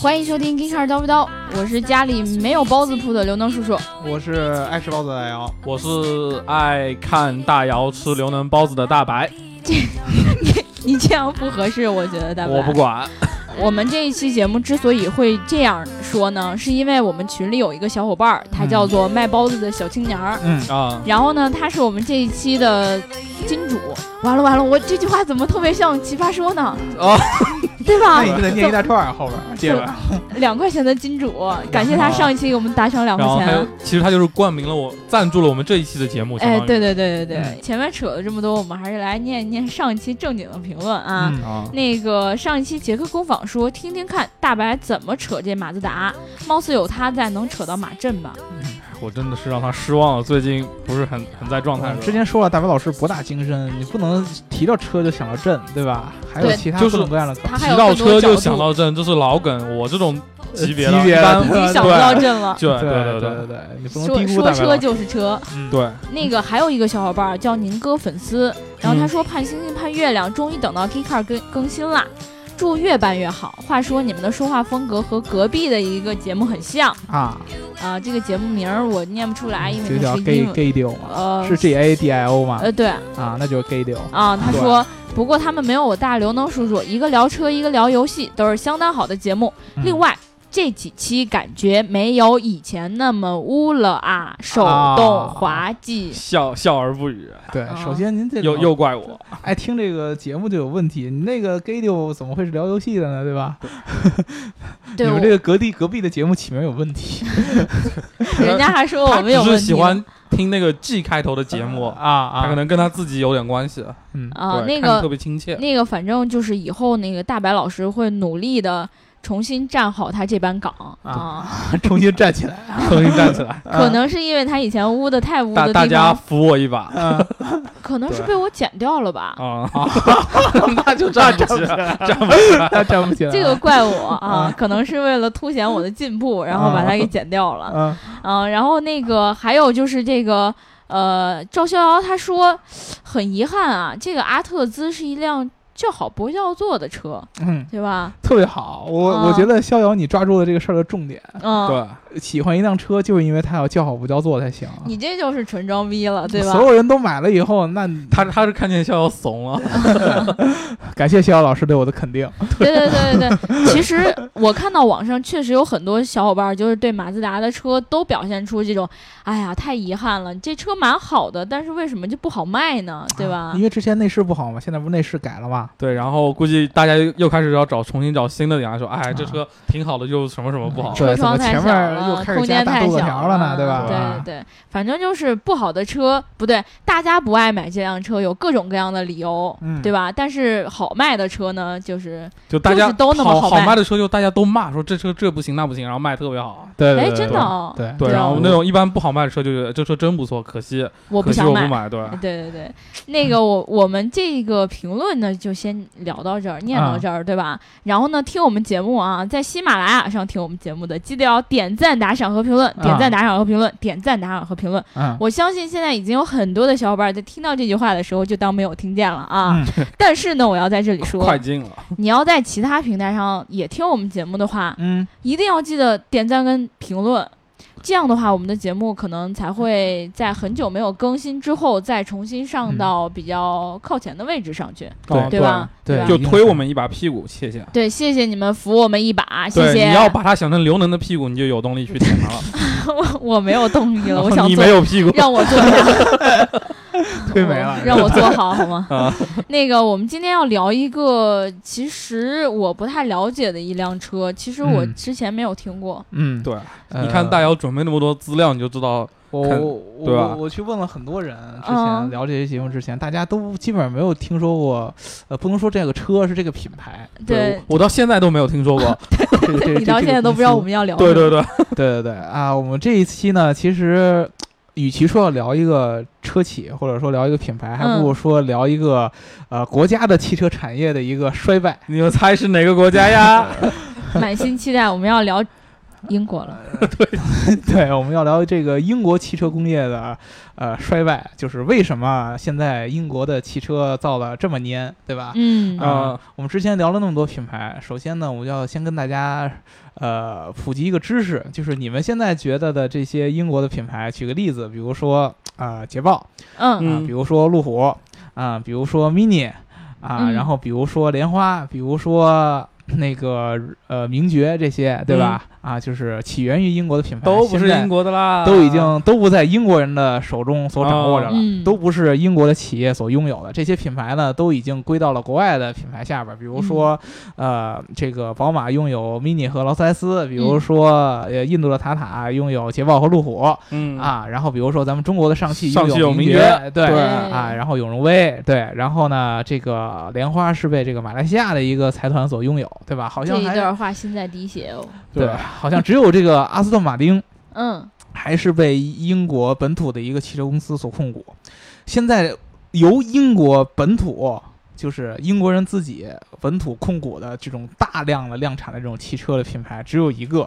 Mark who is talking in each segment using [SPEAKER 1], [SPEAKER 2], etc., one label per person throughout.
[SPEAKER 1] 欢迎收听《Geek 二叨不叨》，我是家里没有包子铺的刘能叔叔。
[SPEAKER 2] 我是爱吃包子的大姚，
[SPEAKER 3] 我是爱看大姚吃刘能包子的大白，
[SPEAKER 1] 你这样不合适，我觉得大白。
[SPEAKER 3] 我不管。
[SPEAKER 1] 我们这一期节目之所以会这样说呢，是因为我们群里有一个小伙伴儿，
[SPEAKER 3] 嗯
[SPEAKER 1] 他叫做卖包子的小青年儿。
[SPEAKER 2] 嗯，
[SPEAKER 3] 啊，
[SPEAKER 1] 然后呢，他是我们这一期的金主。完了完了，我这句话怎么特别像奇葩说呢？
[SPEAKER 3] 哦，
[SPEAKER 1] 对吧
[SPEAKER 2] 那你？就得念一大串儿后边 儿，
[SPEAKER 3] 借呗。
[SPEAKER 1] 两块钱的金主，感谢他上一期给我们打赏两块
[SPEAKER 3] 然后还有
[SPEAKER 1] 钱。，
[SPEAKER 3] 其实他就是冠名了我，赞助了我们这一期的节目。相
[SPEAKER 1] 哎，
[SPEAKER 3] 当于
[SPEAKER 1] 对对对对
[SPEAKER 3] 嗯
[SPEAKER 1] 对，前面扯了这么多，我们还是来念一念上一期正经的评论啊。
[SPEAKER 2] 嗯
[SPEAKER 3] 啊，
[SPEAKER 1] 那个上一期杰克工坊说，听听看大白怎么扯这马自达，貌似有他在能扯到马震吧？
[SPEAKER 3] 我真的是让他失望了，最近不是很很在状态。
[SPEAKER 1] 嗯
[SPEAKER 2] 之前说了，大白老师博大精深，你不能提到车就想到震，对吧？还有
[SPEAKER 1] 对
[SPEAKER 2] 其他
[SPEAKER 3] 就是
[SPEAKER 2] 各种各样的梗，
[SPEAKER 1] 他还
[SPEAKER 3] 提
[SPEAKER 1] 有
[SPEAKER 3] 到
[SPEAKER 1] 更多
[SPEAKER 3] 车就
[SPEAKER 1] 角
[SPEAKER 3] 想
[SPEAKER 1] 度
[SPEAKER 3] 到这，这是老梗，我这种 级别
[SPEAKER 2] 级
[SPEAKER 3] 的，
[SPEAKER 2] 别
[SPEAKER 3] 一
[SPEAKER 2] 的
[SPEAKER 3] 般
[SPEAKER 1] 已
[SPEAKER 2] 对
[SPEAKER 1] 经想不到震了。
[SPEAKER 3] 对
[SPEAKER 2] 对
[SPEAKER 3] 对
[SPEAKER 2] 对对，你不能
[SPEAKER 1] 说
[SPEAKER 2] 低估
[SPEAKER 1] 说
[SPEAKER 2] 大白
[SPEAKER 1] 车
[SPEAKER 2] 老师。
[SPEAKER 1] 就是车，
[SPEAKER 2] 嗯，
[SPEAKER 3] 对，
[SPEAKER 1] 那个还有一个小伙伴儿叫宁哥粉丝，
[SPEAKER 2] 嗯
[SPEAKER 1] 然后他说盼星星盼月亮，终于等到 K Car 更更新啦，祝越办越好。话说你们的说话风格和隔壁的一个节目很像
[SPEAKER 2] 啊，
[SPEAKER 1] 啊、这个节目名儿我念不出来，啊因
[SPEAKER 2] 就
[SPEAKER 1] 为它
[SPEAKER 2] 叫
[SPEAKER 1] 是
[SPEAKER 2] gay
[SPEAKER 1] 英文。
[SPEAKER 2] gay 丢嘛，
[SPEAKER 1] 呃，
[SPEAKER 2] 是 G A D I O 嘛，
[SPEAKER 1] 呃对，
[SPEAKER 2] 啊，那就是 gay 丢。
[SPEAKER 1] 啊，他
[SPEAKER 2] 对
[SPEAKER 1] 说，不过他们没有我大刘能叔叔，一个聊车，一个聊游戏，都是相当好的节目。
[SPEAKER 2] 嗯
[SPEAKER 1] 另外这几期感觉没有以前那么污了啊，手
[SPEAKER 2] 啊
[SPEAKER 1] 动滑稽。
[SPEAKER 3] 笑笑而不语，
[SPEAKER 2] 对
[SPEAKER 1] 啊，
[SPEAKER 2] 首先您这
[SPEAKER 3] 又又怪我。
[SPEAKER 2] 爱听这个节目就有问题，你那个 gay 丢怎么会是聊游戏的呢？对吧？
[SPEAKER 1] 对，
[SPEAKER 2] 你
[SPEAKER 1] 我
[SPEAKER 2] 们这个隔壁隔壁的节目起名有问题
[SPEAKER 1] 人家还说我
[SPEAKER 3] 他
[SPEAKER 1] 们有
[SPEAKER 3] 只
[SPEAKER 1] 问题。
[SPEAKER 3] 是喜欢听那个 G 开头的节目，
[SPEAKER 2] 啊啊，
[SPEAKER 3] 他可能跟他自己有点关系。
[SPEAKER 2] 嗯
[SPEAKER 1] 啊，那
[SPEAKER 3] 对看着特
[SPEAKER 1] 个
[SPEAKER 3] 别亲切。
[SPEAKER 1] 那个，反正就是以后那个大白老师会努力的重新站好他这班岗
[SPEAKER 2] 啊
[SPEAKER 1] 啊，
[SPEAKER 2] 重新站起来，啊
[SPEAKER 3] 重新站 起来，
[SPEAKER 1] 可能是因为他以前污的太污
[SPEAKER 3] 大
[SPEAKER 1] 的
[SPEAKER 3] 大
[SPEAKER 1] 地
[SPEAKER 3] 家
[SPEAKER 1] 方，
[SPEAKER 3] 扶我 一把
[SPEAKER 2] 啊，
[SPEAKER 1] 可能是
[SPEAKER 3] 对
[SPEAKER 1] 被我剪掉了吧。
[SPEAKER 3] 啊！
[SPEAKER 2] 那就站
[SPEAKER 3] 不起
[SPEAKER 2] 来，
[SPEAKER 3] 站不起来，
[SPEAKER 2] 那啊站不起来。
[SPEAKER 1] 这个怪我啊
[SPEAKER 2] 啊，
[SPEAKER 1] 可能是为了凸显我的进 步，然后把它给剪掉了。
[SPEAKER 2] 嗯
[SPEAKER 1] 嗯、然后那个还有就是这个呃，赵逍遥他说很遗憾啊，这个阿特兹是一辆叫好不叫座的车，
[SPEAKER 2] 嗯，
[SPEAKER 1] 对吧？
[SPEAKER 2] 特别好。我、
[SPEAKER 1] 啊
[SPEAKER 2] 我觉得逍遥你抓住了这个事儿的重点，
[SPEAKER 1] 嗯、
[SPEAKER 3] 对，
[SPEAKER 2] 喜欢一辆车就是因为它要叫好不叫座才行啊。
[SPEAKER 1] 你这就是纯装逼了，对吧
[SPEAKER 2] 所？有人都买了以后，那
[SPEAKER 3] 他他是看见逍遥怂啊了，
[SPEAKER 2] 感谢逍遥老师对我的肯定。
[SPEAKER 1] 对对对 对对。其实我看到网上确实有很多小伙伴，就是对马自达的车都表现出这种，哎呀，太遗憾了，这车蛮好的，但是为什么就不好卖呢？对吧？
[SPEAKER 2] 因为之前内饰不好嘛，现在不是内饰改了嘛。
[SPEAKER 3] 对，然后估计大家又又开始要找重新找新的理由，说，
[SPEAKER 1] 啊
[SPEAKER 3] 哎，这车挺好的，又什么什么不好，
[SPEAKER 2] 对
[SPEAKER 1] 车窗
[SPEAKER 2] 怎
[SPEAKER 1] 太
[SPEAKER 2] 么前
[SPEAKER 1] 小
[SPEAKER 2] 面又
[SPEAKER 1] 了，
[SPEAKER 2] 开始
[SPEAKER 1] 空
[SPEAKER 2] 加
[SPEAKER 1] 间
[SPEAKER 2] 大
[SPEAKER 1] 太
[SPEAKER 2] 肚子
[SPEAKER 1] 小
[SPEAKER 2] 条了呢对吧啊
[SPEAKER 1] 对对，反正就是不好的车，不对，大家不爱买这辆车，有各种各样的理由，
[SPEAKER 2] 嗯
[SPEAKER 1] 对吧？但是好卖的车呢，就是
[SPEAKER 3] 就大家
[SPEAKER 1] 就是都那么
[SPEAKER 3] 好
[SPEAKER 1] 好卖
[SPEAKER 3] 卖的车，就大家都骂说这车这不行那不行，然后卖特别好。
[SPEAKER 2] 对
[SPEAKER 1] 哎，真的、哦，
[SPEAKER 2] 对
[SPEAKER 3] 对，
[SPEAKER 1] 对
[SPEAKER 3] 然后
[SPEAKER 1] 我
[SPEAKER 3] 那种一般不好卖的车，就觉得这车真不错，可惜，
[SPEAKER 1] 我
[SPEAKER 3] 可惜
[SPEAKER 1] 想
[SPEAKER 3] 我
[SPEAKER 1] 买。
[SPEAKER 3] 不买。对，
[SPEAKER 1] 对对对，那个我我们这个评论呢，就先聊到这儿，念到
[SPEAKER 2] 啊
[SPEAKER 1] 这儿，对吧？然后呢，听我们节目啊，在喜马拉雅上听我们节目的，记得要点赞、打赏和评论，点赞、
[SPEAKER 2] 啊
[SPEAKER 1] 打赏和评论，点赞、打赏和评论。
[SPEAKER 2] 嗯。
[SPEAKER 1] 我相信现在已经有很多的小伙伴在听到这句话的时候，就当没有听见了啊。
[SPEAKER 2] 嗯
[SPEAKER 1] 但是呢，我要在这里
[SPEAKER 3] 快
[SPEAKER 1] 说，
[SPEAKER 3] 进了，
[SPEAKER 1] 你要在其他平台上也听我们节目的话，
[SPEAKER 2] 嗯，
[SPEAKER 1] 一定要记得点赞跟评论。这样的话，我们的节目可能才会在很久没有更新之后，再重新上
[SPEAKER 3] 嗯
[SPEAKER 1] 到比较靠前的位置上去，
[SPEAKER 2] 对
[SPEAKER 3] 啊
[SPEAKER 1] 对吧？
[SPEAKER 2] 对
[SPEAKER 1] 吧
[SPEAKER 3] 就推我们一把屁股，谢谢。
[SPEAKER 1] 对，谢谢你们扶我们一把，谢
[SPEAKER 3] 对，
[SPEAKER 1] 谢。
[SPEAKER 3] 你要把它想成刘能的屁股，你就有动力去舔它了。
[SPEAKER 1] 我 我没有动力了，我想
[SPEAKER 3] 你
[SPEAKER 1] 做
[SPEAKER 3] 没，有屁股，
[SPEAKER 1] 让我做一下。
[SPEAKER 2] 推没 了。啊
[SPEAKER 1] 让我做好好吗？ 那个，我们今天要聊一个，其实我不太了解的一辆车，其实我
[SPEAKER 2] 嗯
[SPEAKER 1] 之前没有听过。
[SPEAKER 2] 嗯，
[SPEAKER 3] 对，
[SPEAKER 2] 呃
[SPEAKER 3] 你看大姚准备那么多资料，你就知道
[SPEAKER 2] 我
[SPEAKER 3] 看
[SPEAKER 2] 我
[SPEAKER 3] 对吧
[SPEAKER 2] 我我去问了很多人，之
[SPEAKER 1] 嗯
[SPEAKER 2] 前聊这些节目之前，大家都基本上没有听说过，呃，不能说这个车是这个品牌，
[SPEAKER 1] 对，
[SPEAKER 3] 我我到现在都没有听说过。
[SPEAKER 2] 这个这个
[SPEAKER 1] 你到
[SPEAKER 2] 这个
[SPEAKER 1] 现在都不知道我
[SPEAKER 2] 公司
[SPEAKER 1] 们要聊
[SPEAKER 3] 对对
[SPEAKER 1] 对，
[SPEAKER 3] 对，
[SPEAKER 2] 对对对啊，我们这一期呢，其实与其说要聊一个车企，或者说聊一个品牌，还
[SPEAKER 1] 嗯
[SPEAKER 2] 不如说聊一个、呃国家的汽车产业的一个衰败。
[SPEAKER 3] 你们猜是哪个国家呀？
[SPEAKER 1] 满心期待我们要聊英国了，
[SPEAKER 2] 对，我们要聊这个英国汽车工业的呃衰败，就是为什么现在英国的汽车造了这么蔫，对吧？
[SPEAKER 1] 嗯
[SPEAKER 2] 啊、
[SPEAKER 3] 嗯
[SPEAKER 2] 我们之前聊了那么多品牌，首先呢，我就要先跟大家呃普及一个知识，就是你们现在觉得的这些英国的品牌，举个例子，比如说啊、捷豹啊、
[SPEAKER 1] 嗯
[SPEAKER 3] 嗯
[SPEAKER 2] 比如说路虎啊、比如说 Mini 啊、
[SPEAKER 1] 嗯
[SPEAKER 2] 然后比如说莲花，比如说。那个呃，名爵这些对吧？啊，就是起源于英国的品牌，
[SPEAKER 3] 嗯都不是
[SPEAKER 2] 现在
[SPEAKER 3] 英国的哦啦，
[SPEAKER 2] 都已经都不在英国人的手中所掌握着了，
[SPEAKER 1] 嗯
[SPEAKER 2] 都不是英国的企业所拥有的。这些品牌呢，都已经归到了国外的品牌下边儿，比如说，
[SPEAKER 3] 嗯
[SPEAKER 2] 呃，这个宝马拥有 Mini 和劳斯莱斯，比如说，呃，印度的塔塔拥有捷豹和路虎、
[SPEAKER 3] 嗯，
[SPEAKER 2] 啊，然后比如说咱们中国的上汽
[SPEAKER 3] 上汽
[SPEAKER 2] 有
[SPEAKER 3] 有名
[SPEAKER 2] 爵，
[SPEAKER 3] 爵
[SPEAKER 2] 对
[SPEAKER 3] 对
[SPEAKER 2] 啊，然后永荣威，对，然后呢，这个莲花是被这个马来西亚的一个财团所拥有，对吧？好
[SPEAKER 1] 这
[SPEAKER 2] 像
[SPEAKER 1] 一
[SPEAKER 2] 还
[SPEAKER 1] 段话心在滴血哦。
[SPEAKER 2] 对，好像只有这个阿斯顿马丁。
[SPEAKER 1] 嗯
[SPEAKER 2] 还是被英国本土的一个汽车公司所控股。现在由英国本土，就是英国人自己本土控股的这种大量的量产的这种汽车的品牌，只有一个。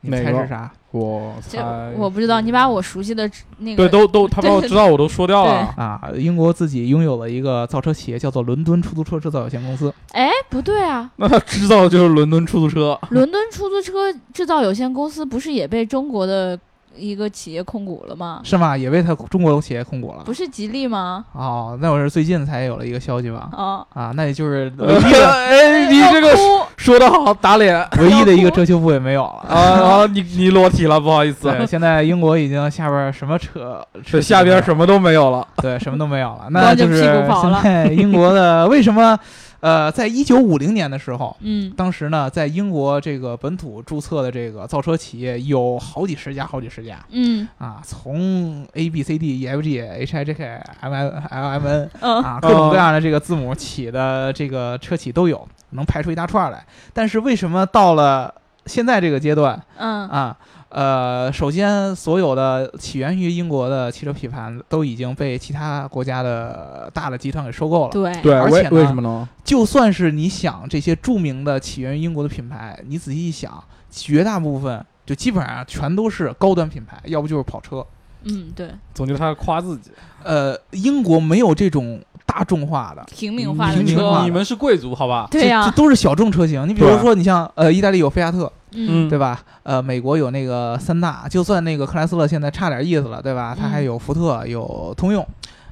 [SPEAKER 2] 你们
[SPEAKER 3] 哪
[SPEAKER 2] 猜
[SPEAKER 3] 个
[SPEAKER 2] 是啥？
[SPEAKER 3] 我
[SPEAKER 1] 这
[SPEAKER 2] 哎
[SPEAKER 3] 猜
[SPEAKER 1] 我不知道，你把我熟悉的那
[SPEAKER 3] 对
[SPEAKER 1] 个
[SPEAKER 3] 都都他把我知道我都说掉了，
[SPEAKER 2] 啊，英国自己拥有了一个造车企业，叫做伦敦出租车制造有限公司。
[SPEAKER 1] 哎，不对啊！
[SPEAKER 3] 那他知道的就是伦敦出租车，
[SPEAKER 1] 伦敦出租车制造有限公司不是也被中国的一个企业控股了吗？
[SPEAKER 2] 是吗？也被他中国企业控股了
[SPEAKER 1] 不。是吉利吗？
[SPEAKER 2] 哦，那我是最近才有了一个消息吧？
[SPEAKER 1] 啊，
[SPEAKER 2] 啊，那也就是唯一的
[SPEAKER 3] 哎，你这个
[SPEAKER 1] 要哭
[SPEAKER 3] 说的好打脸 啊
[SPEAKER 2] 唯一的一个遮羞布也没有了。
[SPEAKER 3] 啊！你你裸体了，不好意思，
[SPEAKER 2] 对，现在英国已经下边什 么车，车
[SPEAKER 3] 这下边
[SPEAKER 2] 什么。
[SPEAKER 3] 什么都没有了，
[SPEAKER 2] 对，什么都没有了，那
[SPEAKER 1] 光着
[SPEAKER 2] 就是
[SPEAKER 1] 屁股跑
[SPEAKER 2] 现
[SPEAKER 1] 了
[SPEAKER 2] 在英国的为什么？呃，在一九五零年的时候，
[SPEAKER 1] 嗯
[SPEAKER 2] 当时呢，在英国这个本土注册的这个造车企业有好几十家，好几十家
[SPEAKER 1] 嗯
[SPEAKER 2] 啊，从 A B C D E F G H I J K M L L M N
[SPEAKER 1] 嗯
[SPEAKER 2] 啊，各种各样的这个字母起的这个车企都有，能排出一大串儿来。但是为什么到了现在这个阶段，
[SPEAKER 1] 嗯
[SPEAKER 2] 啊，呃，首先所有的起源于英国的汽车品牌都已经被其他国家的大的集团给收购了。
[SPEAKER 1] 对
[SPEAKER 2] 而且呢
[SPEAKER 3] 呢？
[SPEAKER 2] 就算是你想这些著名的起源于英国的品牌，你仔细一想，绝大部分就基本上全都是高端品牌，要不就是跑车。
[SPEAKER 1] 嗯对，
[SPEAKER 3] 总觉得他夸自己，
[SPEAKER 2] 呃，英国没有这种大众化的。
[SPEAKER 1] 平民化的
[SPEAKER 2] 平民
[SPEAKER 1] 车，
[SPEAKER 2] 化
[SPEAKER 3] 你们是贵族好吧？
[SPEAKER 1] 对呀
[SPEAKER 2] 这，这都是小众车型。你比如
[SPEAKER 3] 对啊
[SPEAKER 2] 说，你像呃，意大利有菲亚特，
[SPEAKER 1] 嗯
[SPEAKER 2] 对吧？呃，美国有那个三大，就算那个克莱斯勒现在差点意思了，对吧？它还
[SPEAKER 1] 嗯
[SPEAKER 2] 有福特，有通用，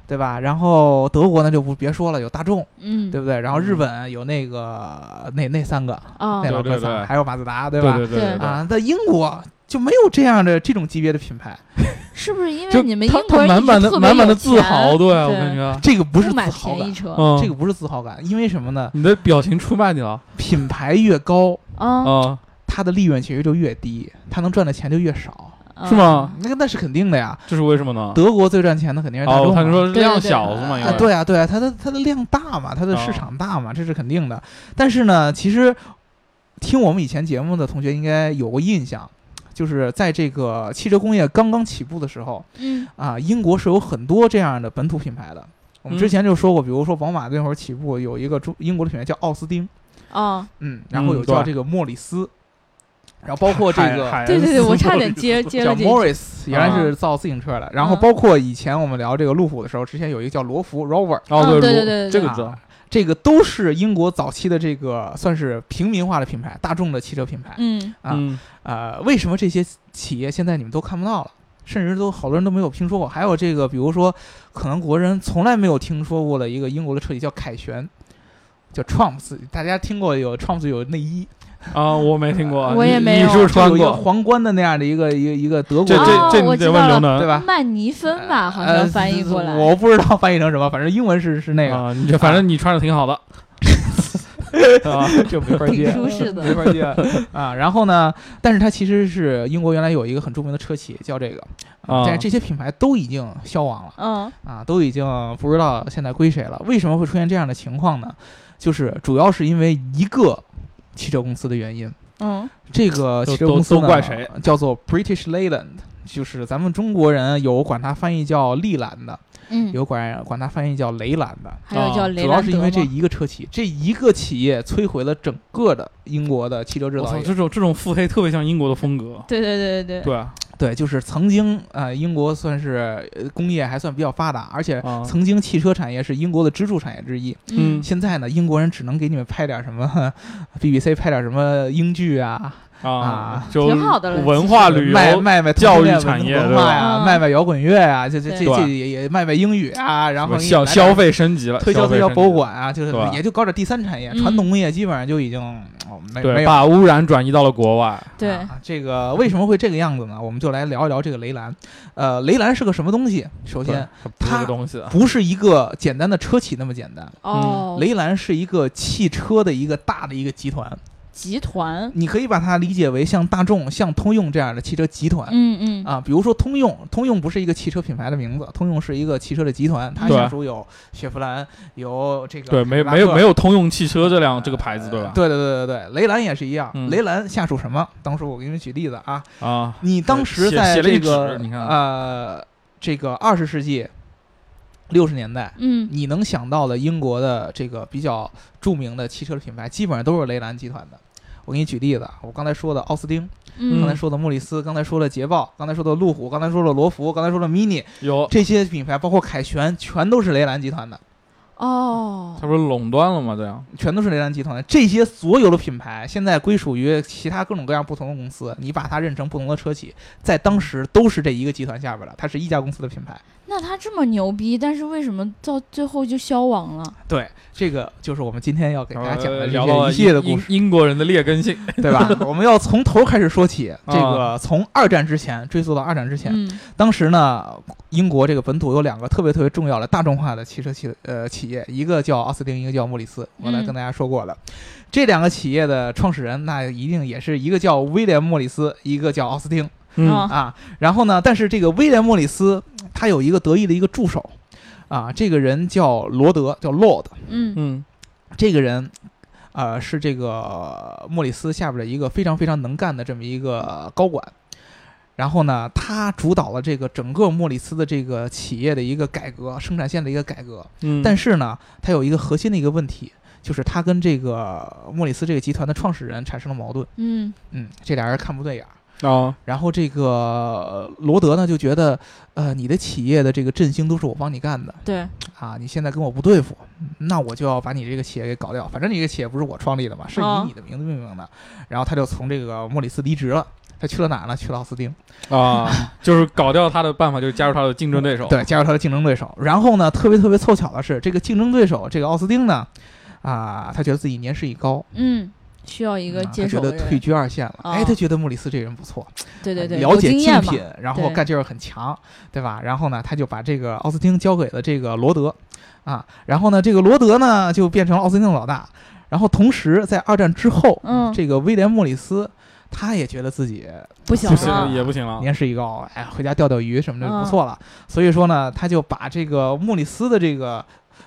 [SPEAKER 2] 对吧？然后德国呢就不别说了，有大众，
[SPEAKER 1] 嗯
[SPEAKER 2] 对不对？然后日本有那个那那三个，
[SPEAKER 1] 啊
[SPEAKER 2] 那老
[SPEAKER 3] 对对
[SPEAKER 2] 哥仨，
[SPEAKER 3] 对
[SPEAKER 2] 还有马自达，对
[SPEAKER 3] 对
[SPEAKER 2] 吧？
[SPEAKER 3] 对
[SPEAKER 1] 对
[SPEAKER 3] 对，
[SPEAKER 2] 啊，在英国就没有这样的这种级别的品牌，
[SPEAKER 1] 是不是因
[SPEAKER 3] 就
[SPEAKER 1] 为你们英
[SPEAKER 3] 他
[SPEAKER 1] 国
[SPEAKER 3] 他
[SPEAKER 1] 人一
[SPEAKER 3] 满满
[SPEAKER 1] 直
[SPEAKER 3] 的
[SPEAKER 1] 特别
[SPEAKER 3] 满满的
[SPEAKER 1] 有
[SPEAKER 3] 自豪，
[SPEAKER 1] 钱
[SPEAKER 3] 对啊我
[SPEAKER 1] 对
[SPEAKER 3] 感觉，
[SPEAKER 2] 这个不是自
[SPEAKER 1] 买
[SPEAKER 2] 豪
[SPEAKER 1] 便宜
[SPEAKER 2] 感，
[SPEAKER 1] 车
[SPEAKER 3] 嗯，
[SPEAKER 2] 这个不是自豪感，因为什么呢？
[SPEAKER 3] 你的表情出卖你了
[SPEAKER 2] 品牌越高，
[SPEAKER 1] 啊
[SPEAKER 3] 啊！
[SPEAKER 2] 它的利润其实就越低，它能赚的钱就越少。
[SPEAKER 1] 啊
[SPEAKER 3] 是吗？
[SPEAKER 2] 那个那是肯定的呀，
[SPEAKER 3] 这是为什么呢？
[SPEAKER 2] 德国最赚钱的肯定是大
[SPEAKER 3] 哦，
[SPEAKER 2] 众、
[SPEAKER 3] 他
[SPEAKER 2] 啊。
[SPEAKER 3] 就说是
[SPEAKER 1] 对
[SPEAKER 3] 量
[SPEAKER 1] 对
[SPEAKER 3] 小子嘛，
[SPEAKER 1] 对
[SPEAKER 3] 应
[SPEAKER 2] 啊，
[SPEAKER 3] 该
[SPEAKER 2] 对啊，对啊，它的它的量大嘛，它的市
[SPEAKER 3] 啊
[SPEAKER 2] 场大嘛，这是肯定的。但是呢，其实听我们以前节目的同学应该有过印象，就是在这个汽车工业刚刚起步的时候
[SPEAKER 1] 嗯
[SPEAKER 2] 啊，英国是有很多这样的本土品牌的。我们之
[SPEAKER 3] 嗯
[SPEAKER 2] 前就说过，比如说宝马那会儿起步有一个中英国的品牌叫奥斯汀，
[SPEAKER 1] 啊，
[SPEAKER 2] 嗯，然后
[SPEAKER 3] 嗯
[SPEAKER 2] 有叫
[SPEAKER 3] 对
[SPEAKER 2] 这个莫里斯，然后包括这个
[SPEAKER 3] 海
[SPEAKER 1] 对对 对，我差点。
[SPEAKER 3] 海恩斯莫里斯
[SPEAKER 1] 接接
[SPEAKER 2] 叫
[SPEAKER 1] 了这一句
[SPEAKER 2] Morris，原来是造自行车的。然后
[SPEAKER 1] 嗯
[SPEAKER 2] 包括以前我们聊这个路虎的时候，之前有一个叫罗孚 Rover，
[SPEAKER 3] 哦，
[SPEAKER 1] 嗯对
[SPEAKER 3] 如
[SPEAKER 1] 对对对
[SPEAKER 3] 这个
[SPEAKER 2] 对
[SPEAKER 3] 知道。
[SPEAKER 2] 这个都是英国早期的这个算是平民化的品牌，大众的汽车品牌。
[SPEAKER 1] 嗯
[SPEAKER 2] 啊
[SPEAKER 3] 嗯，
[SPEAKER 2] 呃，为什么这些企业现在你们都看不到了？甚至都好多人都没有听说过。还有这个，比如说，可能国人从来没有听说过的一个英国的车企叫凯旋，叫 Trumps，大家听过有 Trumps 有内衣，
[SPEAKER 3] 啊，我没听过，
[SPEAKER 1] 我也
[SPEAKER 3] 你
[SPEAKER 1] 没
[SPEAKER 3] 你
[SPEAKER 1] 有
[SPEAKER 3] 是不是
[SPEAKER 2] 就
[SPEAKER 3] 穿
[SPEAKER 2] 有一个
[SPEAKER 3] 过？
[SPEAKER 2] 皇冠的那样的一个一个一个德国
[SPEAKER 3] 这
[SPEAKER 2] 的，
[SPEAKER 1] 哦
[SPEAKER 3] 这这
[SPEAKER 1] 我
[SPEAKER 3] 你
[SPEAKER 1] 知
[SPEAKER 3] 得
[SPEAKER 1] 道
[SPEAKER 3] 问
[SPEAKER 1] 了
[SPEAKER 3] 刘能
[SPEAKER 2] 对吧？
[SPEAKER 1] 曼尼芬吧，好
[SPEAKER 3] 哎
[SPEAKER 1] 像翻译过来
[SPEAKER 2] 呃，我不知道翻译成什么，反正英文是是那个，
[SPEAKER 3] 啊，你这反正你穿着挺好的，啊，
[SPEAKER 2] 这没法接
[SPEAKER 1] 挺，舒适 的
[SPEAKER 2] 没法接 啊。然后呢，但是它其实是英国原来有一个很著名的车企叫这个，
[SPEAKER 3] 啊
[SPEAKER 2] 但是这些品牌都已经消亡了
[SPEAKER 1] 嗯
[SPEAKER 2] 啊，都已经不知道现在归谁了。为什么会出现这样的情况呢？就是主要是因为一个汽车公司的原因。
[SPEAKER 1] 嗯
[SPEAKER 2] 这个汽车公司
[SPEAKER 3] 都
[SPEAKER 2] 呢
[SPEAKER 3] 都怪谁？
[SPEAKER 2] 叫做 British Leyland，就是咱们中国人有管它翻译叫利兰的
[SPEAKER 1] 嗯，
[SPEAKER 2] 有管管它翻译叫雷兰的，
[SPEAKER 1] 还有叫
[SPEAKER 3] 啊
[SPEAKER 1] 雷
[SPEAKER 2] 主要
[SPEAKER 1] 兰
[SPEAKER 2] 是
[SPEAKER 1] 德
[SPEAKER 2] 因为这
[SPEAKER 1] 吗
[SPEAKER 2] 一个车企，这一个企业摧毁了整个的英国的汽车制
[SPEAKER 3] 我
[SPEAKER 2] 造
[SPEAKER 3] 操，
[SPEAKER 2] 业。
[SPEAKER 3] 这种这种腹黑特别像英国的风格。
[SPEAKER 1] 对对对对对，
[SPEAKER 3] 对啊，
[SPEAKER 2] 对，就是曾经呃，英国算是呃工业还算比较发达，而且
[SPEAKER 3] 啊
[SPEAKER 2] 曾经汽车产业是英国的支柱产业之一。
[SPEAKER 3] 嗯
[SPEAKER 2] 现在呢，英国人只能给你们拍点什么 BBC 拍点什么英剧啊，啊
[SPEAKER 3] 啊，就
[SPEAKER 1] 挺好的了
[SPEAKER 3] 文化旅
[SPEAKER 2] 卖
[SPEAKER 3] 游，
[SPEAKER 2] 卖卖
[SPEAKER 3] 教
[SPEAKER 2] 同性
[SPEAKER 3] 育
[SPEAKER 2] 恋
[SPEAKER 3] 产业
[SPEAKER 2] 文
[SPEAKER 3] 对
[SPEAKER 2] 化
[SPEAKER 3] 吧
[SPEAKER 2] 呀，
[SPEAKER 1] 嗯
[SPEAKER 2] 卖卖摇滚乐啊，这这这
[SPEAKER 1] 对
[SPEAKER 2] 这也也卖卖英语啊，然后给你
[SPEAKER 3] 消
[SPEAKER 2] 来
[SPEAKER 3] 消
[SPEAKER 2] 点
[SPEAKER 3] 费升级了，
[SPEAKER 2] 推销
[SPEAKER 3] 消费
[SPEAKER 2] 推销
[SPEAKER 3] 升级
[SPEAKER 2] 博物馆啊，就是
[SPEAKER 3] 对吧
[SPEAKER 2] 也就搞点第三产业，
[SPEAKER 1] 嗯
[SPEAKER 2] 传统工业基本上就已经哦没没
[SPEAKER 3] 对，
[SPEAKER 2] 有。
[SPEAKER 3] 把污染转移到了国外。
[SPEAKER 1] 对，
[SPEAKER 2] 啊，这个为什么会这个样子呢？我们就来聊一聊这个雷兰。呃，雷兰是个什么东西？首先，
[SPEAKER 3] 对不是
[SPEAKER 2] 它
[SPEAKER 3] 这个东西，啊
[SPEAKER 2] 不是一个简单的车企那么简单，
[SPEAKER 1] 哦，
[SPEAKER 2] 嗯雷兰是一个汽车的一个大的一个集团，
[SPEAKER 1] 集团，
[SPEAKER 2] 你可以把它理解为像大众、像通用这样的汽车集团。
[SPEAKER 1] 嗯嗯，
[SPEAKER 2] 啊，比如说通用，通用不是一个汽车品牌的名字，通用是一个汽车的集团，它
[SPEAKER 3] 对
[SPEAKER 2] 下属有雪佛兰，有这个
[SPEAKER 3] 对，没没有没有通用汽车这辆这个牌子，对吧？
[SPEAKER 2] 对对对对对，雷兰也是一样，
[SPEAKER 3] 嗯
[SPEAKER 2] 雷兰下属什么？当时我给你们举例子啊，
[SPEAKER 3] 啊，
[SPEAKER 2] 你当时
[SPEAKER 3] 写
[SPEAKER 2] 在
[SPEAKER 3] 写了
[SPEAKER 2] 这
[SPEAKER 3] 一
[SPEAKER 2] 个
[SPEAKER 3] 纸你看
[SPEAKER 2] 呃这个二十世纪六十年代，
[SPEAKER 1] 嗯
[SPEAKER 2] 你能想到的英国的这个比较著名的汽车的品牌，基本上都是雷兰集团的。我给你举例子，啊我刚才说的奥斯汀，
[SPEAKER 1] 嗯，
[SPEAKER 2] 刚才说的莫里斯，刚才说的捷豹，刚才说的路虎，刚才说的罗孚，刚才说的 MINI，
[SPEAKER 3] 有，
[SPEAKER 2] 这些品牌包括凯旋，全都是雷兰集团的，
[SPEAKER 1] 哦
[SPEAKER 3] 它，不是垄断了吗？这样，
[SPEAKER 2] 全都是雷兰集团的。这些所有的品牌现在归属于其他各种各样不同的公司，你把它认成不同的车企，在当时都是这一个集团下边的，它是一家公司的品牌。
[SPEAKER 1] 那他这么牛逼，但是为什么到最后就消亡了？
[SPEAKER 2] 对，这个就是我们今天要给大家讲
[SPEAKER 3] 呃
[SPEAKER 2] 的
[SPEAKER 3] 聊到
[SPEAKER 2] 这
[SPEAKER 3] 了
[SPEAKER 2] 些一系列的
[SPEAKER 3] 英
[SPEAKER 2] 故事，
[SPEAKER 3] 英英国人的劣根性，
[SPEAKER 2] 对吧？ 我们要从头开始说起，这个从二战之前追溯到二战之前，
[SPEAKER 1] 嗯
[SPEAKER 2] 当时呢，英国这个本土有两个特别特别重要的大众化的汽车企呃企业，一个叫奥斯汀，一个叫莫里斯。我来
[SPEAKER 1] 嗯
[SPEAKER 2] 跟大家说过了，这两个企业的创始人，那一定也是一个叫威廉·莫里斯，一个叫奥斯汀
[SPEAKER 1] 嗯
[SPEAKER 2] 啊。然后呢，但是这个威廉·莫里斯他有一个得意的一个助手啊，这个人叫罗德，叫 Lord。
[SPEAKER 1] 嗯
[SPEAKER 3] 嗯
[SPEAKER 2] 这个人，呃，是这个莫里斯下边的一个非常非常能干的这么一个高管。然后呢，他主导了这个整个莫里斯的这个企业的一个改革，生产线的一个改革。
[SPEAKER 3] 嗯，
[SPEAKER 2] 但
[SPEAKER 3] 是
[SPEAKER 2] 是呢，他有一个核心的一个问题，就是他跟这个莫里斯这个集团的创始人产生了矛盾。
[SPEAKER 1] 嗯
[SPEAKER 2] 嗯，这俩人看不对眼儿。
[SPEAKER 3] 啊，
[SPEAKER 2] 然后这个呃罗德呢就觉得，呃，你的企业的这个振兴都是我帮你干的，
[SPEAKER 1] 对，
[SPEAKER 2] 啊，你现在跟我不对付，那我就要把你这个企业给搞掉。反正你这个企业不是我创立的嘛，是
[SPEAKER 1] 哦
[SPEAKER 2] 以你的名字命名的。然后他就从这个莫里斯离职了，他去了哪儿呢？去了奥斯汀，
[SPEAKER 3] 啊，就是搞掉他的办法就是加入他的竞争对手。
[SPEAKER 2] 对，加入他的竞争对手。然后呢，特别特别凑巧的是，这个竞争对手这个奥斯汀呢，啊，他觉得自己年事已高，
[SPEAKER 1] 嗯，需要一个
[SPEAKER 2] 啊
[SPEAKER 1] 接
[SPEAKER 2] 他觉
[SPEAKER 1] 手
[SPEAKER 2] 得
[SPEAKER 1] 的
[SPEAKER 2] 退
[SPEAKER 1] 人，
[SPEAKER 2] 居二线了。哎，
[SPEAKER 1] 哦
[SPEAKER 2] 他觉得莫里斯这人不错，
[SPEAKER 1] 对对对，
[SPEAKER 2] 呃了
[SPEAKER 1] 有
[SPEAKER 2] 解
[SPEAKER 1] 经
[SPEAKER 2] 竞
[SPEAKER 1] 验嘛
[SPEAKER 2] 品，然后
[SPEAKER 1] 对
[SPEAKER 2] 干劲儿很强，对吧？然后呢，他就把这个奥斯汀交给了这个罗德，啊，然后呢，这个罗德呢就变成了奥斯汀的老大。然后同时在二战之后，
[SPEAKER 1] 嗯
[SPEAKER 2] 这个威廉莫里斯他也觉得自己
[SPEAKER 1] 不行啊
[SPEAKER 3] 不
[SPEAKER 1] 了
[SPEAKER 2] 啊
[SPEAKER 3] 行，也不行了。
[SPEAKER 2] 年事已高，哎，回家钓钓鱼什么的就
[SPEAKER 1] 嗯
[SPEAKER 2] 不错了。所以说呢，他就把这个莫里斯的这个